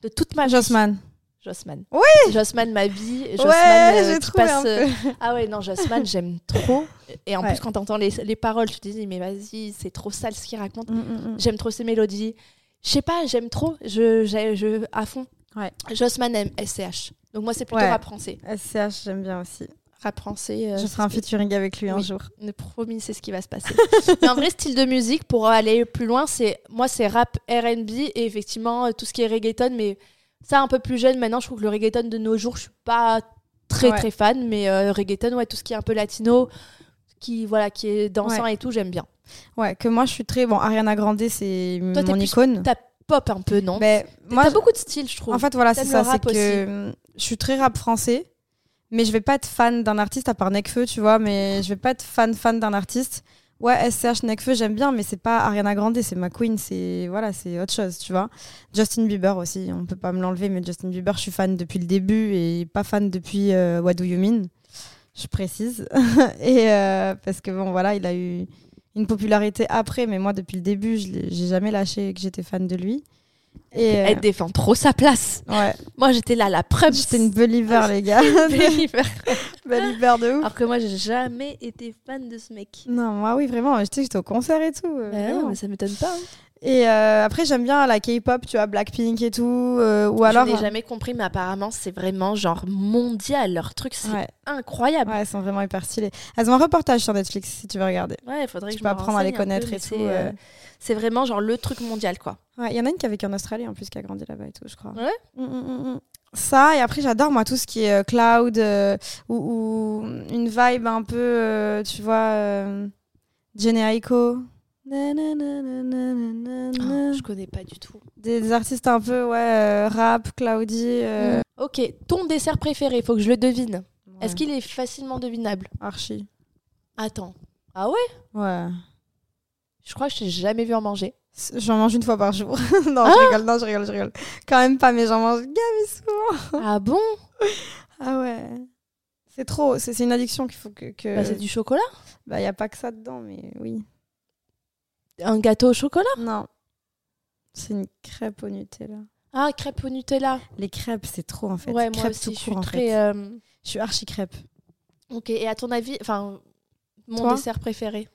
de toute ma vie... Jossman. Jossman. Oui Jossman, ma vie, Jossman ouais, euh, j'ai qui trouvé passe... un euh, peu. Ah ouais, non, Jossman, j'aime trop. Et en Ouais. plus, quand t'entends les, les paroles, tu te dis, mais vas-y, c'est trop sale ce qu'il raconte. Mm, mm, mm. J'aime trop ses mélodies. Je sais pas, j'aime trop. Je, j'ai- je, à fond. Ouais. Jossman aime SCH. Donc moi, c'est plutôt Ouais. rap français. SCH, j'aime bien aussi. Rap français. euh, je ferai un c'est- featuring avec lui un Oui. jour. ne promis, c'est ce qui va se passer. Mais en vrai, style de musique, pour aller plus loin, c'est moi, c'est rap RB et effectivement, euh, tout ce qui est reggaeton. Mais ça, un peu plus jeune, maintenant, je trouve que le reggaeton de nos jours, je suis pas très, Ouais. très fan. Mais euh, reggaeton, ouais, tout ce qui est un peu latino, qui, voilà, qui est dansant et tout, j'aime bien. Ouais, que moi je suis très. Bon, Ariana Grande, c'est Toi, t'es mon plus- icône. T'as pop un peu, non Mais moi, T'as je- beaucoup de styles, je trouve. en fait, voilà, c'est T'aimes ça. le C'est rap que je suis très rap français, mais je vais pas être fan d'un artiste à part Nekfeu, tu vois. Mais je vais pas être fan fan d'un artiste. Ouais, SCH Nekfeu, j'aime bien, mais c'est pas Ariana Grande, c'est ma queen, c'est voilà, c'est autre chose, tu vois. Justin Bieber aussi, on peut pas me l'enlever, mais Justin Bieber, je suis fan depuis le début et pas fan depuis euh, What Do You Mean, je précise. et euh, parce que bon, voilà, il a eu une popularité après, mais moi depuis le début, je l'ai- j'ai jamais lâché que j'étais fan de lui. Et euh, Elle défend trop sa place. ouais. Moi, j'étais là, la preuve. J'étais une believer, les gars. believer. believer de ouf. Alors que moi, j'ai jamais été fan de ce mec. Ah, Non, moi, oui, vraiment. J'étais j'étais au concert et tout. euh, Ouais, vraiment. mais ça m'étonne pas. hein. Et euh, après, j'aime bien la K-pop, tu vois, Blackpink et tout. euh, ou alors. Je l'ai jamais compris, mais apparemment, c'est vraiment genre mondial. Leur truc, c'est Ouais, incroyable. ouais, elles sont vraiment hyper stylées. Elles ont un reportage sur Netflix si tu veux regarder. Ouais, il faudrait Tu que je peux me apprendre à les renseigne un connaître peu, mais et tout, C'est euh, euh. c'est vraiment genre le truc mondial, quoi. Ouais, il y en a une qui a vécu en Australie en plus, qui a grandi là-bas et tout, je crois. Ouais. Mm, mm, mm, mm. Ça, et après, j'adore moi tout ce qui est euh, cloud euh, ou, ou une vibe un peu, euh, tu vois, euh, Generico. Na, na, na, na, na, na, na. Ah, je connais pas du tout. Des, des artistes un peu, ouais, euh, rap, cloudy. euh, Ok, ton dessert préféré, faut que je le devine. ouais, Est-ce qu'il est facilement devinable Archie. Attends. Ah ouais Ouais. Je crois que je t'ai jamais vu en manger. C- J'en mange une fois par jour. non, je rigole, non, je rigole, je rigole. Quand même pas, mais j'en mange gavé souvent. ah bon Ah ouais. C'est trop, c'est c'est une addiction qu'il faut que. que... Bah, C'est du chocolat Bah, il a pas que ça dedans, mais oui. Un gâteau au chocolat Non. C'est une crêpe au Nutella. Ah, crêpe au Nutella. Les crêpes, c'est trop en fait. Ouais, crêpes moi aussi, tout je court, suis en très. fait. euh, Je suis archi crêpe. Ok, et à ton avis, enfin, mon Toi dessert préféré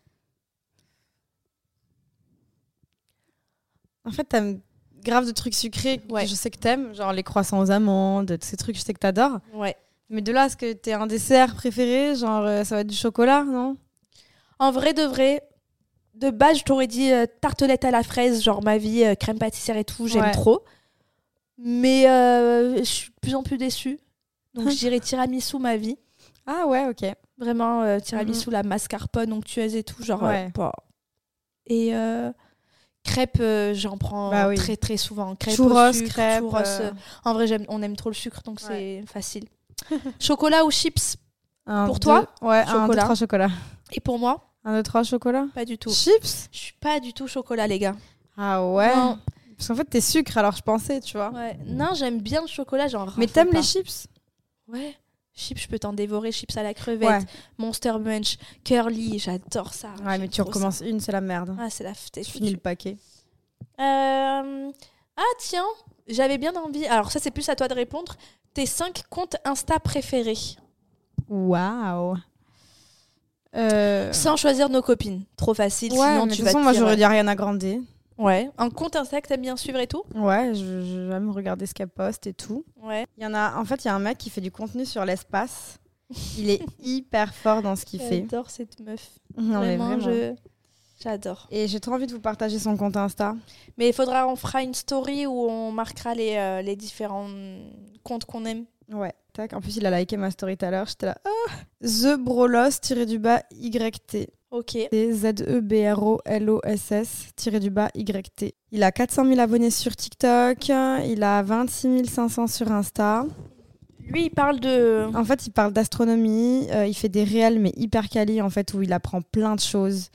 En fait, t'aimes grave de trucs sucrés que Ouais. je sais que t'aimes, genre les croissants aux amandes, tous ces trucs, je sais que t'adores. Ouais. Mais de là, à ce que t'es un dessert préféré, genre euh, ça va être du chocolat, non En vrai de vrai, de base, je t'aurais dit euh, tartelette à la fraise, genre ma vie, euh, crème pâtissière et tout, j'aime Ouais. trop. Mais euh, je suis de plus en plus déçue. Donc je dirais tiramisu ma vie. Ah ouais, ok. Vraiment, euh, tiramisu, la mascarpone onctueuse et tout, genre. euh, Mhm. Ouais. bah. Et euh, crêpes, euh, j'en prends Bah oui. très très souvent. Crêpes au Churros, sucre, crêpes, churros, euh, euh, En vrai, j'aime- on aime trop le sucre, donc Ouais. c'est facile. Chocolat ou chips un, Pour toi, deux- Ouais, un, deux, chocolat. trois chocolats. Et pour moi, Un, deux, trois chocolats pas du tout. Chips Je suis pas du tout chocolat, les gars. Ah ouais Non, Parce qu'en fait, t'es sucre, alors je pensais, tu vois. ouais. Non, j'aime bien le chocolat, genre. Mais t'aimes les chips Ouais. Chips, je peux t'en dévorer. Chips à la crevette, Monster Munch, Curly, j'adore ça. Ouais, mais J'aime tu trop ça. recommences une, c'est la merde. Ah, c'est la f- t'es tu finis foutu. le paquet. Euh, Ah, tiens, j'avais bien envie. Alors, ça, c'est plus à toi de répondre. Tes 5 comptes Insta préférés, Waouh euh... sans choisir nos copines. Trop facile, ouais, sinon mais de tu toute vas. façon, moi te j'aurais dire- dit Ariana Grande. Ouais. Un compte Insta que t'aimes bien suivre et tout Ouais, je- je- j'aime regarder ce qu'elle poste et tout. Ouais. Il y en a, en fait, il y a un mec qui fait du contenu sur l'espace. Il est hyper fort dans ce qu'il fait. J'adore cette meuf. Non, mais vraiment, vraiment. je- J'adore. Et j'ai trop envie de vous partager son compte Insta. Mais il faudra, on fera une story où on marquera les, euh, les différents comptes qu'on aime. Ouais, tac. En plus, il a liké ma story tout à l'heure. J'étais là. Ah The Brolos tiré du bas YT. Ok. C'est Z-E-B-R-O-L-O-S-S tiré du bas YT. Il a 400 000 abonnés sur TikTok. Il a 26 500 sur Insta. Lui, il parle de. En fait, il parle d'astronomie, euh, il fait des réels mais hyper quali en fait où il apprend plein de choses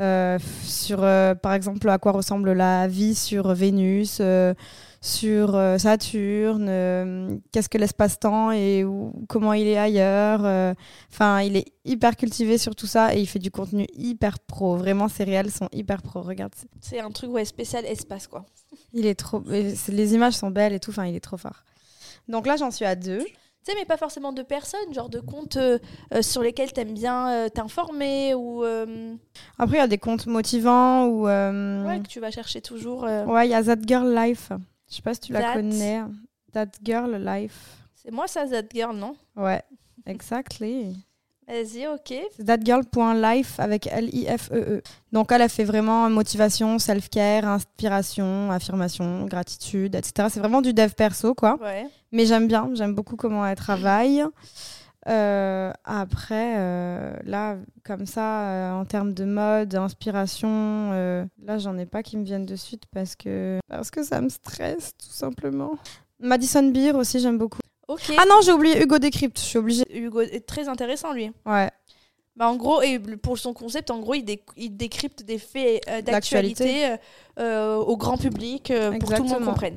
Euh, f- sur euh, par exemple à quoi ressemble la vie sur Vénus, euh, sur euh, Saturne, euh, qu'est-ce que l'espace-temps et où- comment il est ailleurs. euh. Enfin, il est hyper cultivé sur tout ça et il fait du contenu hyper pro. Vraiment, ses réels sont hyper pro. Regarde, c'est- C'est un truc ouais, spécial espace, quoi. il est trop. et c'est- Les images sont belles et tout. Enfin, il est trop fort. Donc là, j'en suis à deux. Tu sais, mais pas forcément de personnes, genre de comptes euh, euh, sur lesquels t'aimes bien euh, t'informer ou euh, Après, il y a des comptes motivants ou. euh, ouais, que tu vas chercher toujours. euh. Ouais, il y a That Girl Life. Je sais pas si tu la That. connais. That Girl Life. C'est moi, ça, That Girl, non Ouais, exactly. Vas-y, ok. C'est thatgirl.life avec L-I-F-E-E. E Donc elle a fait vraiment motivation, self-care, inspiration, affirmation, gratitude, etc. C'est vraiment du dev perso, quoi. Ouais. Mais j'aime bien, j'aime beaucoup comment elle travaille. Euh, après, euh, là, comme ça, euh, en termes de mode, d'inspiration, euh, là, j'en ai pas qui me viennent de suite parce que, parce que ça me stresse, tout simplement. Madison Beer aussi, j'aime beaucoup. Ok. Ah non, j'ai oublié Hugo Décrypte, je suis obligée. Hugo est très intéressant, lui. Ouais, Bah, en gros, et le- pour son concept, en gros, il, dé- il décrypte des faits euh, d'actualité euh, euh, au grand public euh, pour que tout le monde Exactement. comprenne.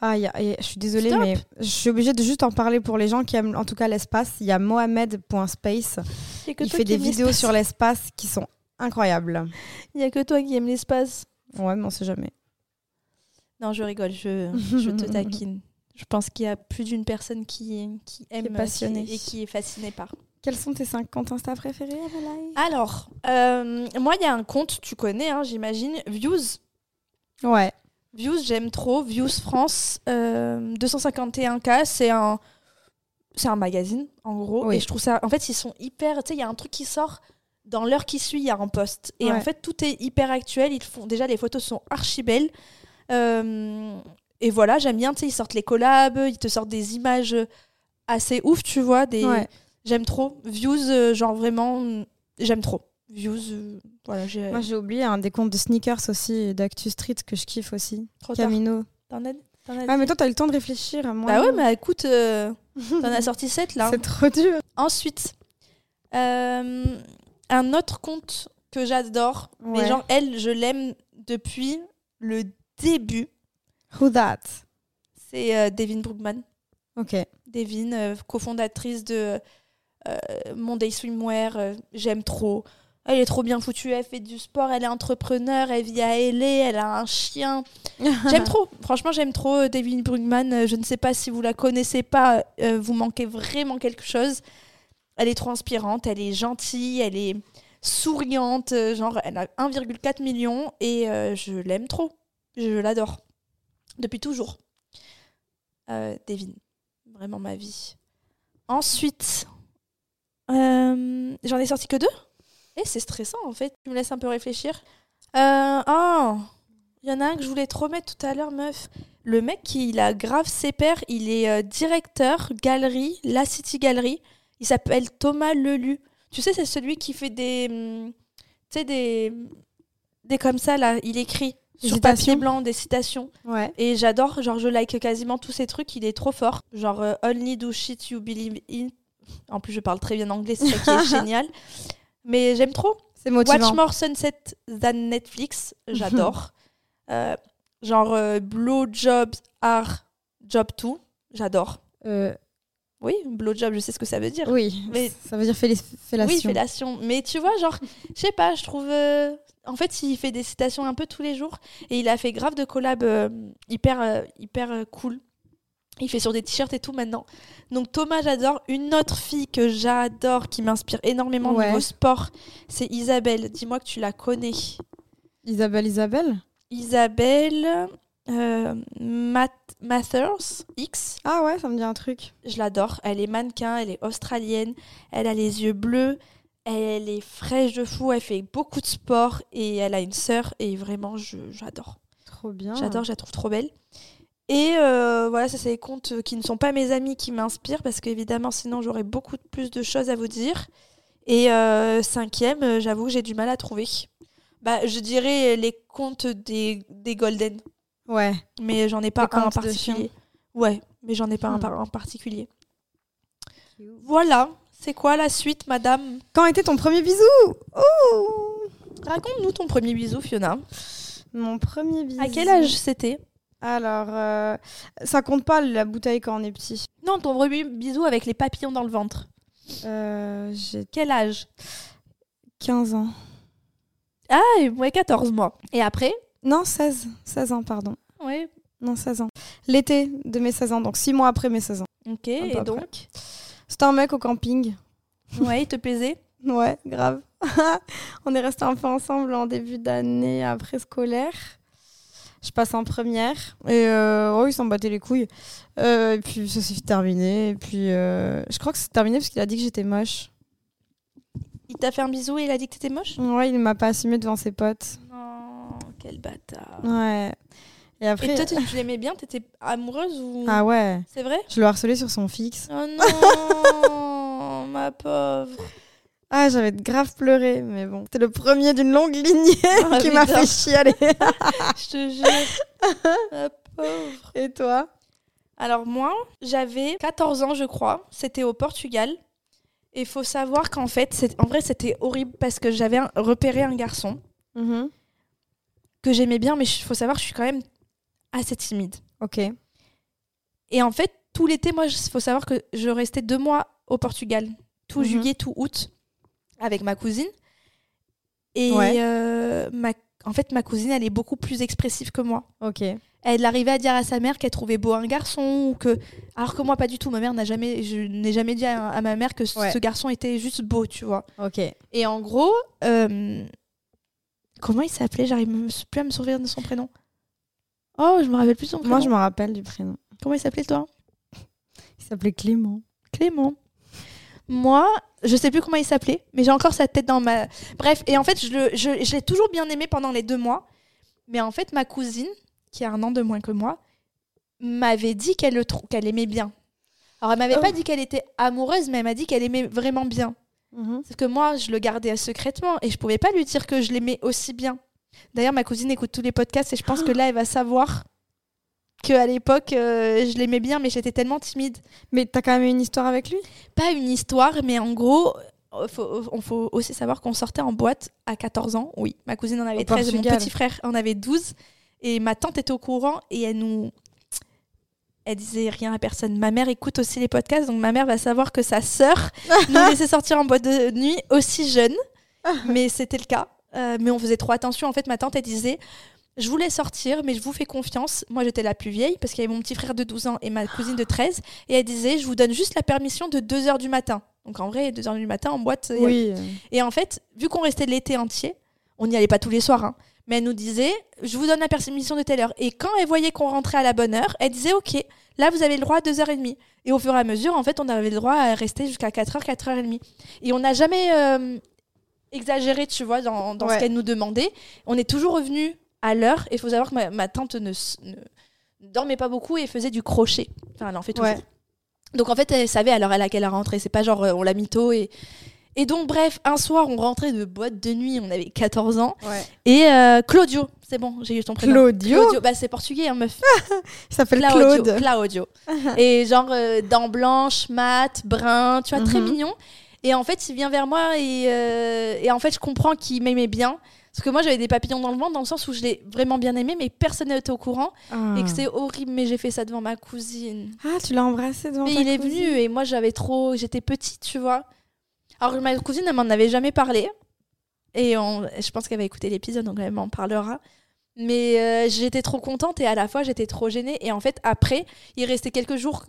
ah, il y a- et je suis désolée, Stop. mais je suis obligée de juste en parler pour les gens qui aiment en tout cas l'espace. Il y a mohamed.space. Il Il fait des vidéos sur l'espace qui sont incroyables. Il n'y a que toi qui aimes l'espace. Ouais, mais on sait jamais. Non, je rigole, je, je te taquine. Je pense qu'il y a plus d'une personne qui, qui aime euh, passionnée. et qui est fascinée par. Quels sont tes 5 comptes Insta préférés, Adelaide Alors, euh, moi, il y a un compte, tu connais, hein, j'imagine, Views. Ouais. Views, j'aime trop. Views France, euh, 251K, c'est un, c'est un magazine, en gros. Oui. Et je trouve ça. En fait, ils sont hyper. Tu sais, il y a un truc qui sort dans l'heure qui suit, il y a un post. Et en Ouais. fait, tout est hyper actuel. Ils font, déjà, les photos sont archi belles. Euh, et voilà, j'aime bien. Tu sais, ils sortent les collabs, ils te sortent des images assez ouf, tu vois. Des, Ouais. J'aime trop. Views, euh, genre vraiment, euh, j'aime trop. Views, euh, voilà, j'ai. Moi, j'ai oublié un des comptes de sneakers aussi, d'Actu Street, que je kiffe aussi. Trop tard. Camino. T'en as, t'en as Ah, mais toi, t'as eu le temps de réfléchir à moi. Bah ouais, mais écoute, euh, t'en as sorti 7 là. C'est trop dur. Ensuite, euh, un autre compte que j'adore, mais Ouais. genre elle, je l'aime depuis le début, Who that c'est euh, Devin Brookman. Ok. Devin, euh, cofondatrice de euh, Monday Swimwear, euh, j'aime trop. Elle est trop bien foutue, elle fait du sport, elle est entrepreneur, elle vit à LA, elle a un chien. J'aime trop, franchement j'aime trop euh, Devin Brugman. Euh, Je ne sais pas si vous la connaissez pas, euh, vous manquez vraiment quelque chose. Elle est trop inspirante, elle est gentille, elle est souriante, euh, genre elle a 1,4 million et euh, je l'aime trop, je l'adore. Depuis toujours. Euh, devine. Vraiment ma vie. Ensuite, euh, j'en ai sorti que deux. Et c'est stressant en fait. Tu me laisses un peu réfléchir. Euh, oh Il y en a un que je voulais trop mettre tout à l'heure, meuf. Le mec, il a grave ses pairs. Il est euh, directeur galerie, la City Gallery. Il s'appelle Thomas Lelu. Tu sais, c'est celui qui fait des. hum, Tu sais, des. Des comme ça, là. Il écrit Des sur papier citations blanc des citations. Ouais. Et j'adore, genre je like quasiment tous ces trucs, il est trop fort. Genre euh, Only Do Shit You Believe In. En plus, je parle très bien anglais, c'est ça qui est génial. Mais j'aime trop. C'est Watch motivant. More Sunset Than Netflix, j'adore. Euh, genre euh, Blue Jobs Are Job 2, j'adore. Euh, Oui, Blue Job, je sais ce que ça veut dire. oui. Mais- Ça veut dire félis- fellation. Oui, fellation. Mais tu vois, genre, je sais pas, je trouve. euh, En fait, il fait des citations un peu tous les jours et il a fait grave de collabs euh, hyper, euh, hyper euh, cool. Il fait sur des t-shirts et tout maintenant. Donc Thomas, j'adore. Une autre fille que j'adore, qui m'inspire énormément au Ouais. niveau sport, c'est Isabelle. Dis-moi que tu la connais. Isabelle, Isabelle. Isabelle euh, Mat- Mathers X. Ah ouais, ça me dit un truc. Je l'adore. Elle est mannequin, elle est australienne, elle a les yeux bleus, elle est fraîche de fou, elle fait beaucoup de sport et elle a une sœur et vraiment, je- j'adore. Trop bien. J'adore, je la trouve trop belle. Et euh, voilà, ça c'est les comptes qui ne sont pas mes amis qui m'inspirent parce qu'évidemment, sinon j'aurais beaucoup plus de choses à vous dire. Et euh, cinquième, euh, j'avoue, j'ai du mal à trouver. Bah, je dirais les comptes des, des Golden, Ouais. mais j'en ai pas Des un en comptes de chiens. particulier. Ouais, mais j'en ai pas un Hmm. par- en particulier. Voilà, c'est quoi la suite, madame Quand était ton premier bisou Oh Raconte-nous ton premier bisou, Fiona. Mon premier bisou. À quel âge c'était Alors, euh, ça compte pas la bouteille quand on est petit. Non, ton premier bisou avec les papillons dans le ventre. Euh, J'ai Quel âge 15 ans. Ah, et moi, 14 mois. Et après Non, 16. 16 ans, pardon. Ouais. Non, 16 ans. L'été de mes 16 ans, donc 6 mois après mes 16 ans. Ok, et peu donc C'était un mec au camping. Ouais, il te plaisait Ouais, grave. on est resté un peu ensemble en début d'année après scolaire. Je passe en première et euh, oh, ils s'en battaient les couilles. Euh, et puis ça s'est terminé. Et puis euh, je crois que c'est terminé parce qu'il a dit que j'étais moche. Il t'a fait un bisou et il a dit que t'étais moche Ouais, il m'a pas assumé devant ses potes. Non, quel bâtard. Ouais. Et après. Et toi, tu, tu l'aimais bien T'étais amoureuse ou Ah ouais, C'est vrai je le harcelais sur son fixe. Oh non, ma pauvre. Ah, j'avais grave pleuré, mais bon. C'était le premier d'une longue lignée Ah, qui m'a putain. fait chialer. Je te jure. ma pauvre. Et toi Alors moi, j'avais 14 ans, je crois. C'était au Portugal. Et faut savoir qu'en fait, c'est- en vrai, c'était horrible parce que j'avais un- repéré un garçon Mhm. que j'aimais bien, mais il faut savoir que je suis quand même assez timide. Ok. Et en fait, tout l'été, moi, il faut savoir que je restais deux mois au Portugal, tout Mhm. juillet, tout août, avec ma cousine. Et Ouais. euh, ma- en fait, ma cousine, elle est beaucoup plus expressive que moi. Ok. elle arrivait à dire à sa mère qu'elle trouvait beau un garçon ou que alors que moi pas du tout ma mère n'a jamais je n'ai jamais dit à, à ma mère que ce, Ouais. ce garçon était juste beau tu vois Ok. et en gros euh, comment il s'appelait j'arrive même plus à me souvenir de son prénom oh je me rappelle plus de son prénom Moi, je me rappelle du prénom. comment il s'appelait toi Il s'appelait Clément. Clément moi je sais plus comment il s'appelait mais j'ai encore sa tête dans ma bref et en fait je le- je- je l'ai toujours bien aimé pendant les deux mois mais en fait ma cousine qui a un an de moins que moi, m'avait dit qu'elle le trou- qu'elle aimait bien. Alors elle m'avait Oh. pas dit qu'elle était amoureuse, mais elle m'a dit qu'elle aimait vraiment bien. Sauf que moi, je le gardais secrètement et je pouvais pas lui dire que je l'aimais aussi bien. D'ailleurs, ma cousine écoute tous les podcasts et je pense que là, elle va savoir qu'à l'époque, euh, je l'aimais bien, mais j'étais tellement timide. Mais t'as quand même eu une histoire avec lui Pas une histoire, mais en gros, euh, faut, on faut aussi savoir qu'on sortait en boîte à 14 ans. Oui, ma cousine en avait Au 13 et mon Portugal. petit frère en avait 12. Et ma tante était au courant et elle nous. Elle disait rien à personne. Ma mère écoute aussi les podcasts, donc ma mère va savoir que sa sœur nous laissait sortir en boîte de nuit aussi jeune. mais c'était le cas. Euh, mais on faisait trop attention. En fait, ma tante, elle disait Je voulais sortir, mais je vous fais confiance. Moi, j'étais la plus vieille parce qu'il y avait mon petit frère de 12 ans et ma cousine de 13. Et elle disait Je vous donne juste la permission de 2 heures du matin. Donc en vrai, 2 heures du matin en boîte. il y a- Oui. Et en fait, vu qu'on restait l'été entier, on n'y allait pas tous les soirs. hein, Mais elle nous disait, je vous donne la permission de telle heure. Et quand elle voyait qu'on rentrait à la bonne heure, elle disait, ok, là vous avez le droit à 2h30. Et au fur et à mesure, en fait, on avait le droit à rester jusqu'à 4h, 4h30. Et on n'a jamais euh, exagéré, tu vois, dans, dans Ouais. ce qu'elle nous demandait. On est toujours revenu à l'heure. Et il faut savoir que ma, ma tante ne, s- ne dormait pas beaucoup et faisait du crochet. Enfin, elle en fait toujours. Ouais. Donc en fait, elle savait à l'heure à laquelle elle rentrait. C'est pas genre euh, on l'a mis tôt et. Et donc, bref, un soir, on rentrait de boîte de nuit, on avait 14 ans. Ouais. Et euh, Claudio, c'est bon, j'ai eu ton prénom. Claudio, bah c'est portugais, hein, meuf. il s'appelle Claudio. Claude. Claudio. et genre, euh, dents blanches, mat, brun, tu vois, très Mhm. mignon. Et en fait, il vient vers moi et, euh, et en fait, je comprends qu'il m'aimait bien. Parce que moi, j'avais des papillons dans le ventre, dans le sens où je l'ai vraiment bien aimé, mais personne n'était au courant. Ah. Et que c'est horrible, mais j'ai fait ça devant ma cousine. Ah, tu l'as embrassé devant Mais ta il est cousine. venu et moi j'avais trop, j'étais petite, tu vois. Alors ma cousine elle m'en avait jamais parlé et on- je pense qu'elle va écouter l'épisode donc elle m'en parlera. Mais euh, j'étais trop contente et à la fois j'étais trop gênée et en fait après il restait quelques jours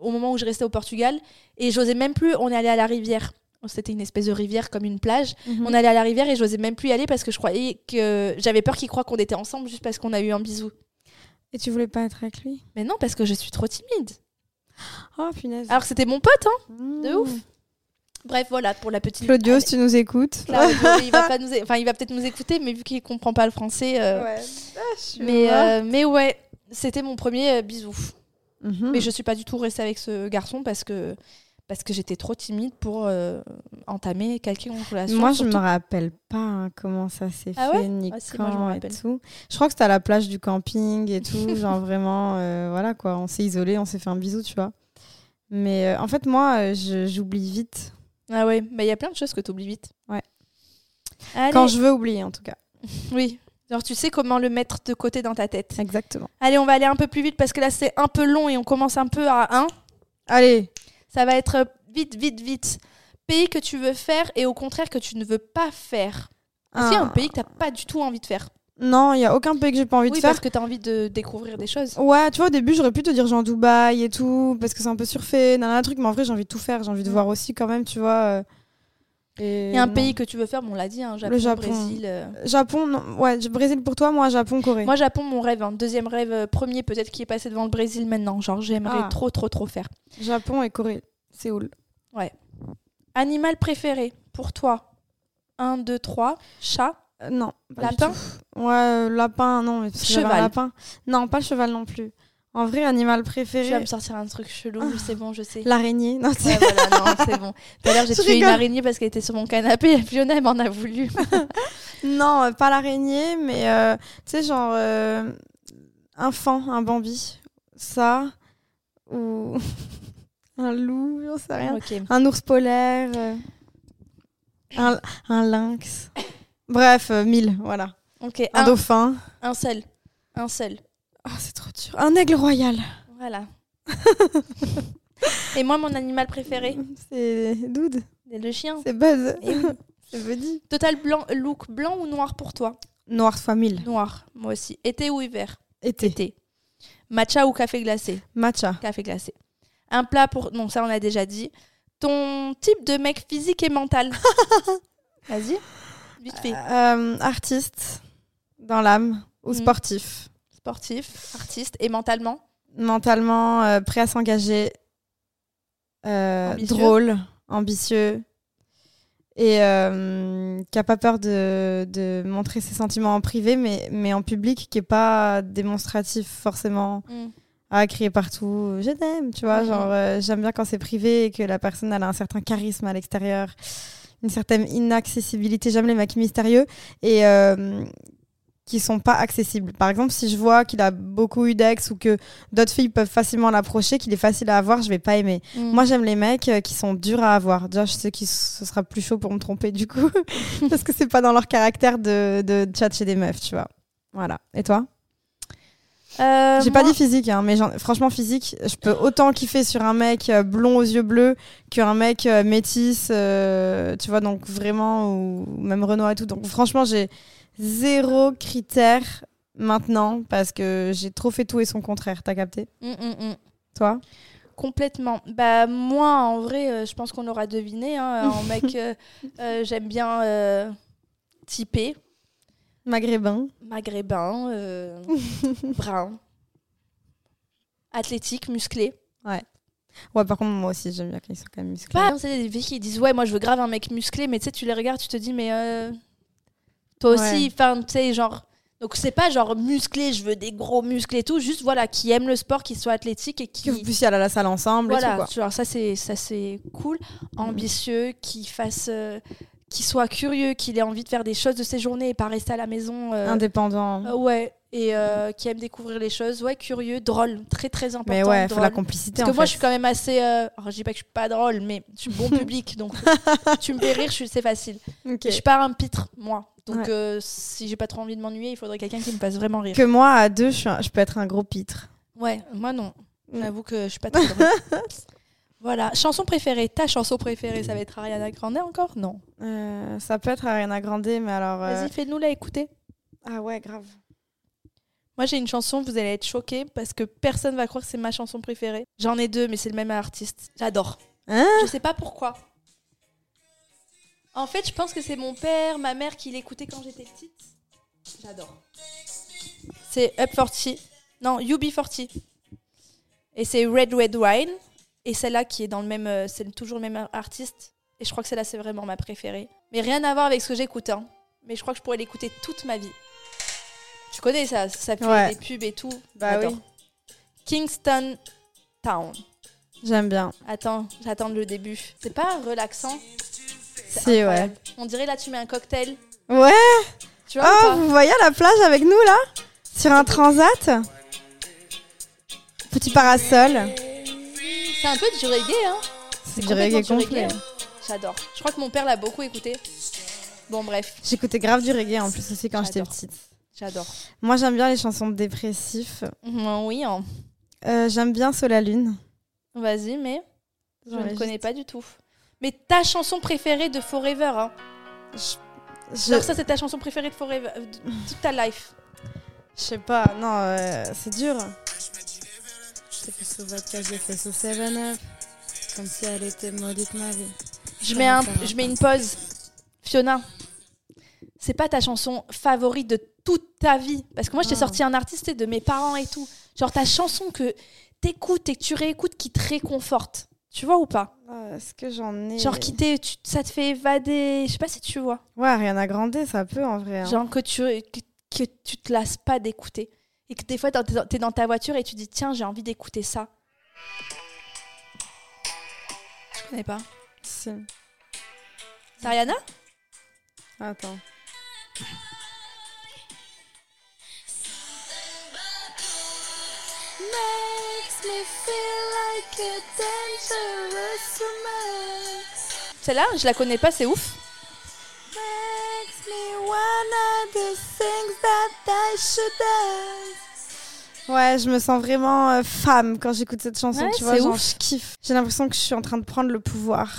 au moment où je restais au Portugal et j'osais même plus. On est allé à la rivière. C'était une espèce de rivière comme une plage. Mhm. On allait à la rivière et j'osais même plus y aller parce que je croyais que j'avais peur qu'ils croient qu'on était ensemble juste parce qu'on a eu un bisou. Et tu voulais pas être avec lui Mais non parce que je suis trop timide. Oh, punaise. Alors que c'était mon pote hein. de Ah, de ouf. Bref, voilà pour la petite. Claudio, Allez, si tu nous écoutes. Claudio, il va pas nous, enfin, il va peut-être nous écouter, mais vu qu'il comprend pas le français. euh, Ouais. Ah, je suis Mais, morte. euh, mais ouais, c'était mon premier euh, bisou. Mhm. Mais je suis pas du tout restée avec ce garçon parce que parce que j'étais trop timide pour euh, entamer quelconque relation. Moi, je surtout- me rappelle pas hein, comment ça s'est Ah fait, ouais ni Ah si, moi, je me quand et rappelle. tout. Je crois que c'était à la plage du camping et tout. genre vraiment, euh, voilà quoi. On s'est isolé, on s'est fait un bisou, tu vois. Mais euh, en fait, moi, euh, je- j'oublie vite. Ah ouais, bah il y a plein de choses que tu oublies vite. Ouais. Allez. Quand je veux oublier, en tout cas. Oui. Alors tu sais comment le mettre de côté dans ta tête. Exactement. Allez, on va aller un peu plus vite parce que là c'est un peu long et on commence un peu à 1. Allez, Ça va être vite, vite, vite. Pays que tu veux faire et au contraire que tu ne veux pas faire. Est-ce qu'il y a un un- pays que tu n'as pas du tout envie de faire Non, il y a aucun pays que j'ai pas envie Oui, de faire. parce que tu as envie de découvrir des choses. Ouais, tu vois, au début, j'aurais pu te dire genre Dubaï et tout, parce que c'est un peu surfait, nanana, truc, mais en vrai, j'ai envie de tout faire, j'ai envie de Mm. voir aussi quand même, tu vois. euh, Il Il y a un pays que tu veux faire, bon, on l'a dit, hein, Japon, Japon. Brésil. euh. Japon, non, ouais, j- Brésil pour toi, moi, Japon, Corée. Moi, Japon, mon rêve, hein. deuxième rêve, euh, premier peut-être qui est passé devant le Brésil maintenant. Genre, j'aimerais Ah. trop, trop, trop faire. Japon et Corée, Séoul. Animal préféré pour toi 1, 2, 3. Chat. Euh, non, pas du Lapin tout. Ouais, euh, lapin, non, mais parce que j'avais un Cheval. lapin. Non, pas le cheval non plus. En vrai, animal Tu vas préféré, me sortir un truc chelou, c'est bon, je sais. l'araignée. Non, c'est- Ouais, voilà, non, c'est bon. Tout à l'heure, j'ai Ah. Je tué une rigole. araignée parce qu'elle était sur mon canapé et Fiona elle m'en a voulu. non, euh, pas l'araignée, mais euh, tu sais, genre euh, un fan, un bambi, ça, ou un loup, j'en sais rien. Ok. Un ours polaire, euh, un, un lynx. Bref, euh, mille, voilà. Ok, Un, un, dauphin. un seul. Un seul. Oh, c'est trop dur. Un aigle royal. Voilà. Et moi, mon animal préféré, C'est Dude, c'est le chien. c'est Buzz, Eh oui. c'est Buddy. Total blanc, look blanc ou noir pour toi Noir fois mille. Noir, moi aussi. Été ou hiver Été. Été. Matcha ou café glacé Matcha. Café glacé. Un plat pour... Non, ça, on a déjà dit. Ton type de mec physique et mental Vas-y. Vite fait. Euh, artiste, dans l'âme, ou Mhm. sportif. Sportif, artiste et mentalement Mentalement, euh, prêt à s'engager. Euh, Ambitieux. drôle, ambitieux. Et euh, qui a pas peur de, de montrer ses sentiments en privé, mais, mais en public, qui est pas démonstratif forcément. à crier partout euh, je t'aime tu vois Mhm. genre euh, j'aime bien quand c'est privé et que la personne elle a un certain charisme à l'extérieur une certaine inaccessibilité j'aime les mecs mystérieux et euh, qui sont pas accessibles par exemple si je vois qu'il a beaucoup eu d'ex ou que d'autres filles peuvent facilement l'approcher qu'il est facile à avoir je vais pas aimer Mm. moi j'aime les mecs euh, qui sont durs à avoir déjà je sais que ce sera plus chaud pour me tromper du coup parce que c'est pas dans leur caractère de, de chatcher des meufs tu vois voilà et toi Euh, j'ai pas moi- dit physique, hein, mais j'en- franchement, physique, je peux autant kiffer sur un mec euh, blond aux yeux bleus qu'un mec euh, métis, euh, tu vois, donc vraiment, ou même Renoir et tout. Donc franchement, j'ai zéro critère maintenant parce que j'ai trop fait tout et son contraire, t'as capté Mm, mm, mm. Toi Complètement. Bah moi, en vrai, euh, je pense qu'on aura deviné. Hein, en mec, euh, euh, j'aime bien euh, typer. Maghrébin. Maghrébin, euh, brun, athlétique, musclé. Ouais, par contre, moi aussi, j'aime bien qu'ils sont quand même musclés. Pas, c'est des filles qui disent ouais, moi je veux grave un mec musclé, mais tu sais, tu les regardes, tu te dis mais euh, toi aussi, Ouais. enfin tu sais genre. Donc c'est pas genre musclé, je veux des gros muscles et tout, juste voilà qui aiment le sport, qui soit athlétique et qui Que vous puissiez aller à la salle ensemble et tout, voilà, quoi. genre ça c'est ça c'est cool, ambitieux, qui fasse euh, qui soit curieux, qu'il ait envie de faire des choses de ses journées et pas rester à la maison euh, Indépendant. euh, ouais, et euh, qui aime découvrir les choses, ouais, curieux, drôle, très très important. mais ouais, faut drôle. la complicité. Parce que en moi, fait. je suis quand même assez. euh, alors, je dis pas que je suis pas drôle, mais je suis bon public, donc tu me fais rire, je suis- c'est facile. Ok. Je suis pas un pitre, moi. Donc, Ouais. euh, si j'ai pas trop envie de m'ennuyer, il faudrait quelqu'un qui me fasse vraiment rire. Que moi, à deux, je, suis un- je peux être un gros pitre. Ouais, moi non. Mm. J'avoue que je suis pas très drôle. voilà. Chanson préférée. Ta chanson préférée, ça va être Ariana Grande encore Non. Euh, ça peut être Ariana Grande, mais alors. euh, Vas-y, fais-nous la écouter. Ah ouais, grave. Moi, j'ai une chanson, vous allez être choqués parce que personne va croire que c'est ma chanson préférée. J'en ai deux, mais c'est le même artiste. J'adore. Hein Je sais pas pourquoi. En fait, je pense que c'est mon père, ma mère qui l'écoutait quand j'étais petite. J'adore. C'est Up 40. Non, UB40. Et c'est Red Red Wine. Et celle-là qui est dans le même. euh, C'est toujours le même artiste. Et je crois que celle-là, c'est vraiment ma préférée. Mais rien à voir avec ce que j'écoute. hein. Mais je crois que je pourrais l'écouter toute ma vie. Tu connais ça Ça fait Ouais. des pubs et tout. Bah J'adore. oui. Kingston Town. J'aime bien. Attends, j'attends le début. C'est pas relaxant Si, ouais. incroyable. On dirait là tu mets un cocktail. Ouais. Tu vois Oh, ou pas vous voyez la plage avec nous là Sur un transat Petit parasol. C'est un peu du reggae hein. C'est du complètement reggae complet. hein. J'adore. Je crois que mon père l'a beaucoup écouté. Bon bref, J'écoutais grave du reggae en plus aussi quand j'étais J'adore. petite. j'adore. Moi j'aime bien les chansons dépressives. Mhm, oui, hein. Euh, j'aime bien Sous la lune. vas-y mais je J'en ai ne juste- connais pas du tout. Mais ta chanson préférée de Forever hein. Je, Genre ça c'est ta chanson préférée de Forever euh, de toute ta life. je sais pas, non, euh, c'est dur. C'est plus sous vodka, j'ai fait sous 7-Up. Comme si elle était maudite ma vie. Je mets un je mets une pause. Fiona. C'est pas ta chanson favorite de toute ta vie parce que moi je t'ai Ah. sorti un artiste tu sais, de mes parents et tout. Genre ta chanson que t'écoutes et que tu réécoutes qui te réconforte. Tu vois ou pas Ah, Est-ce que j'en ai Genre qui t'est- tu- ça te fait évader, je sais pas si tu vois. Ouais, Ariana Grande, ça peut en vrai. hein. Genre que tu que, que tu te lasses pas d'écouter et que des fois t'es dans- t'es dans ta voiture et tu dis tiens, j'ai envie d'écouter ça. Je connais pas. Si. C'est Ariana Attends. Celle-là, je la connais pas, c'est ouf. Ouais, je me sens vraiment euh, femme quand j'écoute cette chanson, Ouais, tu vois, c'est genre, ouf. je kiffe. J'ai l'impression que je suis en train de prendre le pouvoir.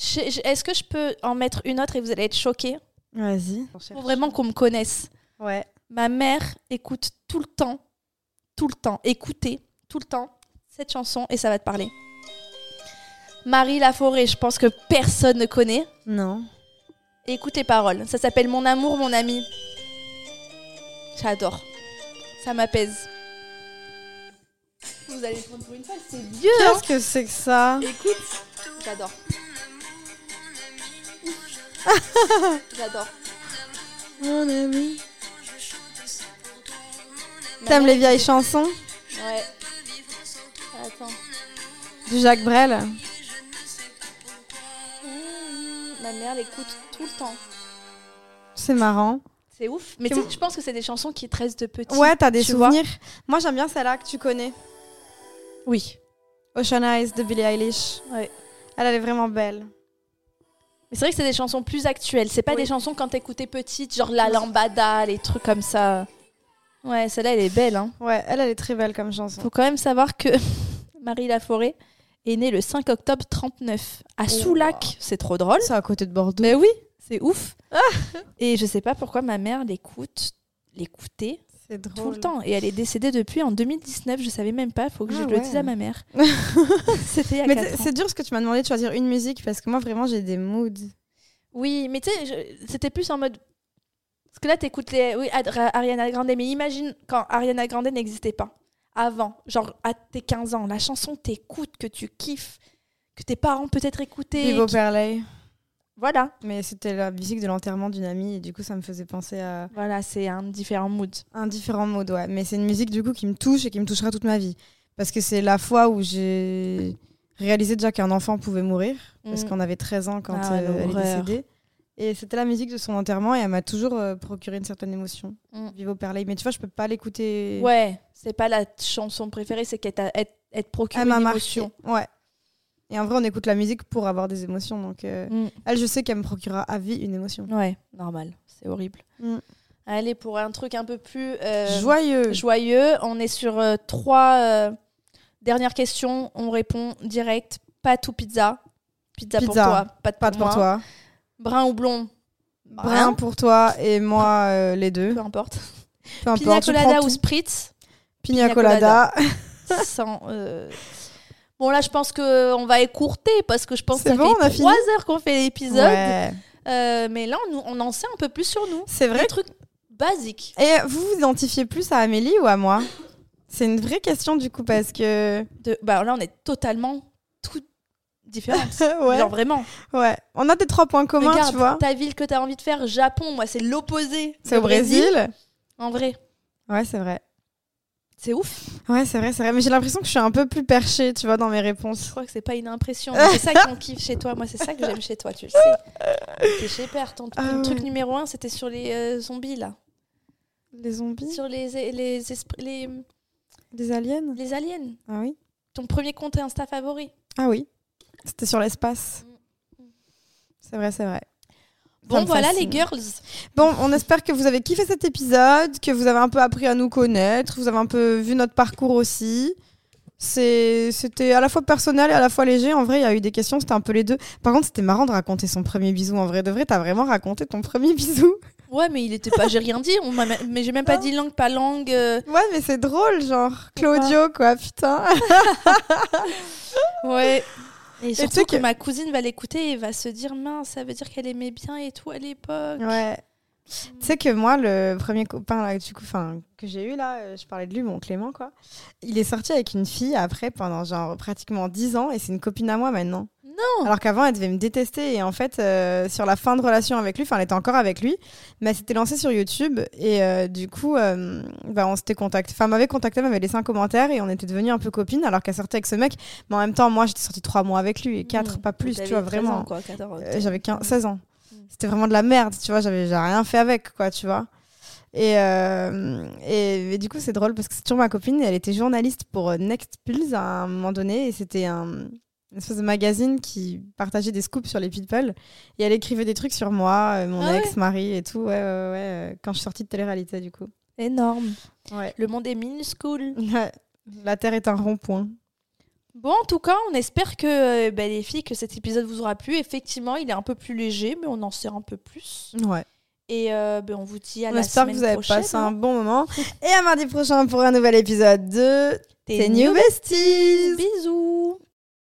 Je- je- Est-ce que je peux en mettre une autre et vous allez être choqués Vas-y. Faut vraiment qu'on me connaisse. Ouais. Ma mère écoute tout le temps, tout le temps, écoutez tout le temps cette chanson et ça va te parler. Marie Laforêt, je pense que personne ne connaît. Non. Écoute les paroles. Ça s'appelle Mon amour, mon ami. J'adore. Ça m'apaise. Vous allez prendre pour une folle, c'est vieux. hein. Qu'est-ce que c'est que ça Écoute, j'adore. j'adore. Mon ami. T'aimes les vieilles chansons Ouais. Attends. du Jacques Brel Mmh, Ma mère l'écoute tout le temps. C'est marrant. C'est ouf. Mais tu sais, je pense que c'est des chansons qui te restent de petit. Ouais, t'as des tu vois. souvenirs. Moi, j'aime bien celle-là que tu connais. Oui. Ocean Eyes de Billie Eilish. Ouais. Elle, elle est vraiment belle. Mais c'est vrai que c'est des chansons plus actuelles. C'est pas Oui. des chansons quand t'écoutais petite, genre la lambada, les trucs comme ça. Ouais, celle-là, elle est belle. Hein. Ouais, elle, elle est très belle comme chanson. Faut quand même savoir que Marie Laforêt est née le 5 octobre 39 à Soulac. C'est trop drôle. C'est à côté de Bordeaux. Mais oui, c'est ouf. Et je sais pas pourquoi ma mère l'écoute, l'écoutait C'est drôle. tout le temps. Et elle est décédée depuis en 2019. Je savais même pas. Faut que je Ah le ouais. dise à ma mère. C'était il y a Mais quatre c'est- ans. c'est dur ce que tu m'as demandé de choisir une musique parce que moi, vraiment, j'ai des moods. Oui, mais tu sais, je- c'était plus en mode. Parce que là, t'écoutes les. Oui, Ad- Ariana Grande, mais imagine quand Ariana Grande n'existait pas. Avant, genre à tes 15 ans, la chanson que t'écoutes, que tu kiffes, que tes parents peut-être écoutaient. Vive au qui- Perley. Voilà. Mais c'était la musique de l'enterrement d'une amie et du coup ça me faisait penser à Voilà, c'est un différent mood. un différent mode, ouais. Mais c'est une musique du coup qui me touche et qui me touchera toute ma vie. Parce que c'est la fois où j'ai réalisé déjà qu'un enfant pouvait mourir. Parce Mm. qu'on avait 13 ans quand euh, Ah, elle est l'horreur. décédée. Et c'était la musique de son enterrement et elle m'a toujours euh, procuré une certaine émotion. Mm. Vive au Perley. Mais tu vois, je peux pas l'écouter. Ouais, c'est pas la chanson préférée, c'est qu'elle t'a- elle- elle te procure elle m'a une marqué. émotion. Ouais. Et en vrai, on écoute la musique pour avoir des émotions. Donc euh, elle, je sais qu'elle me procurera à vie une émotion. Mm. Ouais, normal, c'est horrible. Mm. Allez, pour un truc un peu plus euh, Joyeux. joyeux, on est sur euh, trois euh, dernières questions. On répond direct, pas tout pizza. Pizza, pour Pizza. toi, pas de Pas de pour moi. Bah, toi. Brun ou blond Rien pour toi et moi euh, les deux. peu importe. Peu Pina importe. tu colada prends ou tout. spritz Pina Pina colada. sans, euh, Bon là je pense que on va écourter parce que je pense que C'est ça bon, on a fait fini trois heures qu'on fait l'épisode. Ouais. Euh, mais là, on, nous- on en sait un peu plus sur nous. C'est vrai. Des trucs basiques. Et vous vous identifiez plus à Amélie ou à moi C'est une vraie question du coup parce que De, bah, là, on est totalement toutes différentes. ouais, Genre vraiment. ouais. On a des trois points communs, Regarde, tu vois. ta ville que t'as envie de faire, Japon, moi, c'est l'opposé. C'est Le au Brésil. En vrai, Ouais, c'est vrai. c'est ouf. Ouais, c'est vrai, c'est vrai. Mais j'ai l'impression que je suis un peu plus perchée, tu vois, dans mes Je réponses. crois que c'est pas une impression. mais C'est ça qu'on kiffe chez toi. Moi, c'est ça que j'aime chez toi, tu le sais. T'es chez Père. Ton Ah ton truc ouais. numéro un, c'était sur les euh, zombies, là. Les zombies, Sur les, les, esprits- les, les aliens. les aliens. Ah oui. Ton premier compte Insta favori. Ah oui. C'était sur l'espace. C'est vrai, c'est vrai. Ça Bon, me voilà, fascine. les girls. Bon, on espère que vous avez kiffé cet épisode, que vous avez un peu appris à nous connaître, vous avez un peu vu notre parcours aussi. C'est- C'était à la fois personnel et à la fois léger. En vrai, il y a eu des questions, c'était un peu les deux. Par contre, c'était marrant de raconter son premier bisou. En vrai, de vrai, t'as vraiment raconté ton premier bisou. Ouais, mais il était pas. J'ai rien dit. On m'a- mais j'ai même pas Non. dit langue, pas langue. euh, Ouais, mais c'est drôle, genre Claudio, quoi, putain. Ouais. Et tu surtout sais que... que- ma cousine va l'écouter et va se dire mince, ça veut dire qu'elle aimait bien et tout à l'époque. Ouais. Tu sais que moi, le premier copain là, du coup, 'fin, que j'ai eu là, euh, je parlais de lui, mon Clément, quoi. Il est sorti avec une fille après pendant genre pratiquement 10 ans et c'est une copine à moi maintenant. Non. Alors qu'avant, elle devait me détester et en fait, euh, sur la fin de relation avec lui, enfin, elle était encore avec lui, mais elle s'était lancée sur YouTube et euh, du coup, euh, bah, on s'était contacté. Enfin, elle m'avait contacté, elle m'avait laissé un commentaire et on était devenus un peu copines alors qu'elle sortait avec ce mec. Mais en même temps, moi, j'étais sortie 3 mois avec lui et 4, Mmh. pas plus, T'avais tu vois, 13 vraiment. ans, quoi, 14, Euh, j'avais 15 16 ans. Mm. C'était vraiment de la merde, tu vois, j'avais j'avais rien fait avec, quoi, tu vois. Et, euh, et, et du coup, c'est drôle parce que c'est toujours ma copine, et elle était journaliste pour euh, Next Pulse à un moment donné, et c'était un, une espèce de magazine qui partageait des scoops sur les people, et elle écrivait des trucs sur moi, euh, mon Ah ouais ex-mari et tout, ouais, ouais, ouais, euh, quand je suis sortie de télé-réalité, du coup. Énorme. Ouais. Le monde est minuscule. La Terre est un rond-point. Bon, en tout cas, on espère que euh, bah, les filles, que cet épisode vous aura plu. Effectivement, il est un peu plus léger, mais on en sert un peu plus. Ouais. Et euh, bah, on vous dit à On la espère que semaine vous avez prochaine. passé un bon moment, et à mardi prochain pour un nouvel épisode de... Des Tes New Besties Bisous.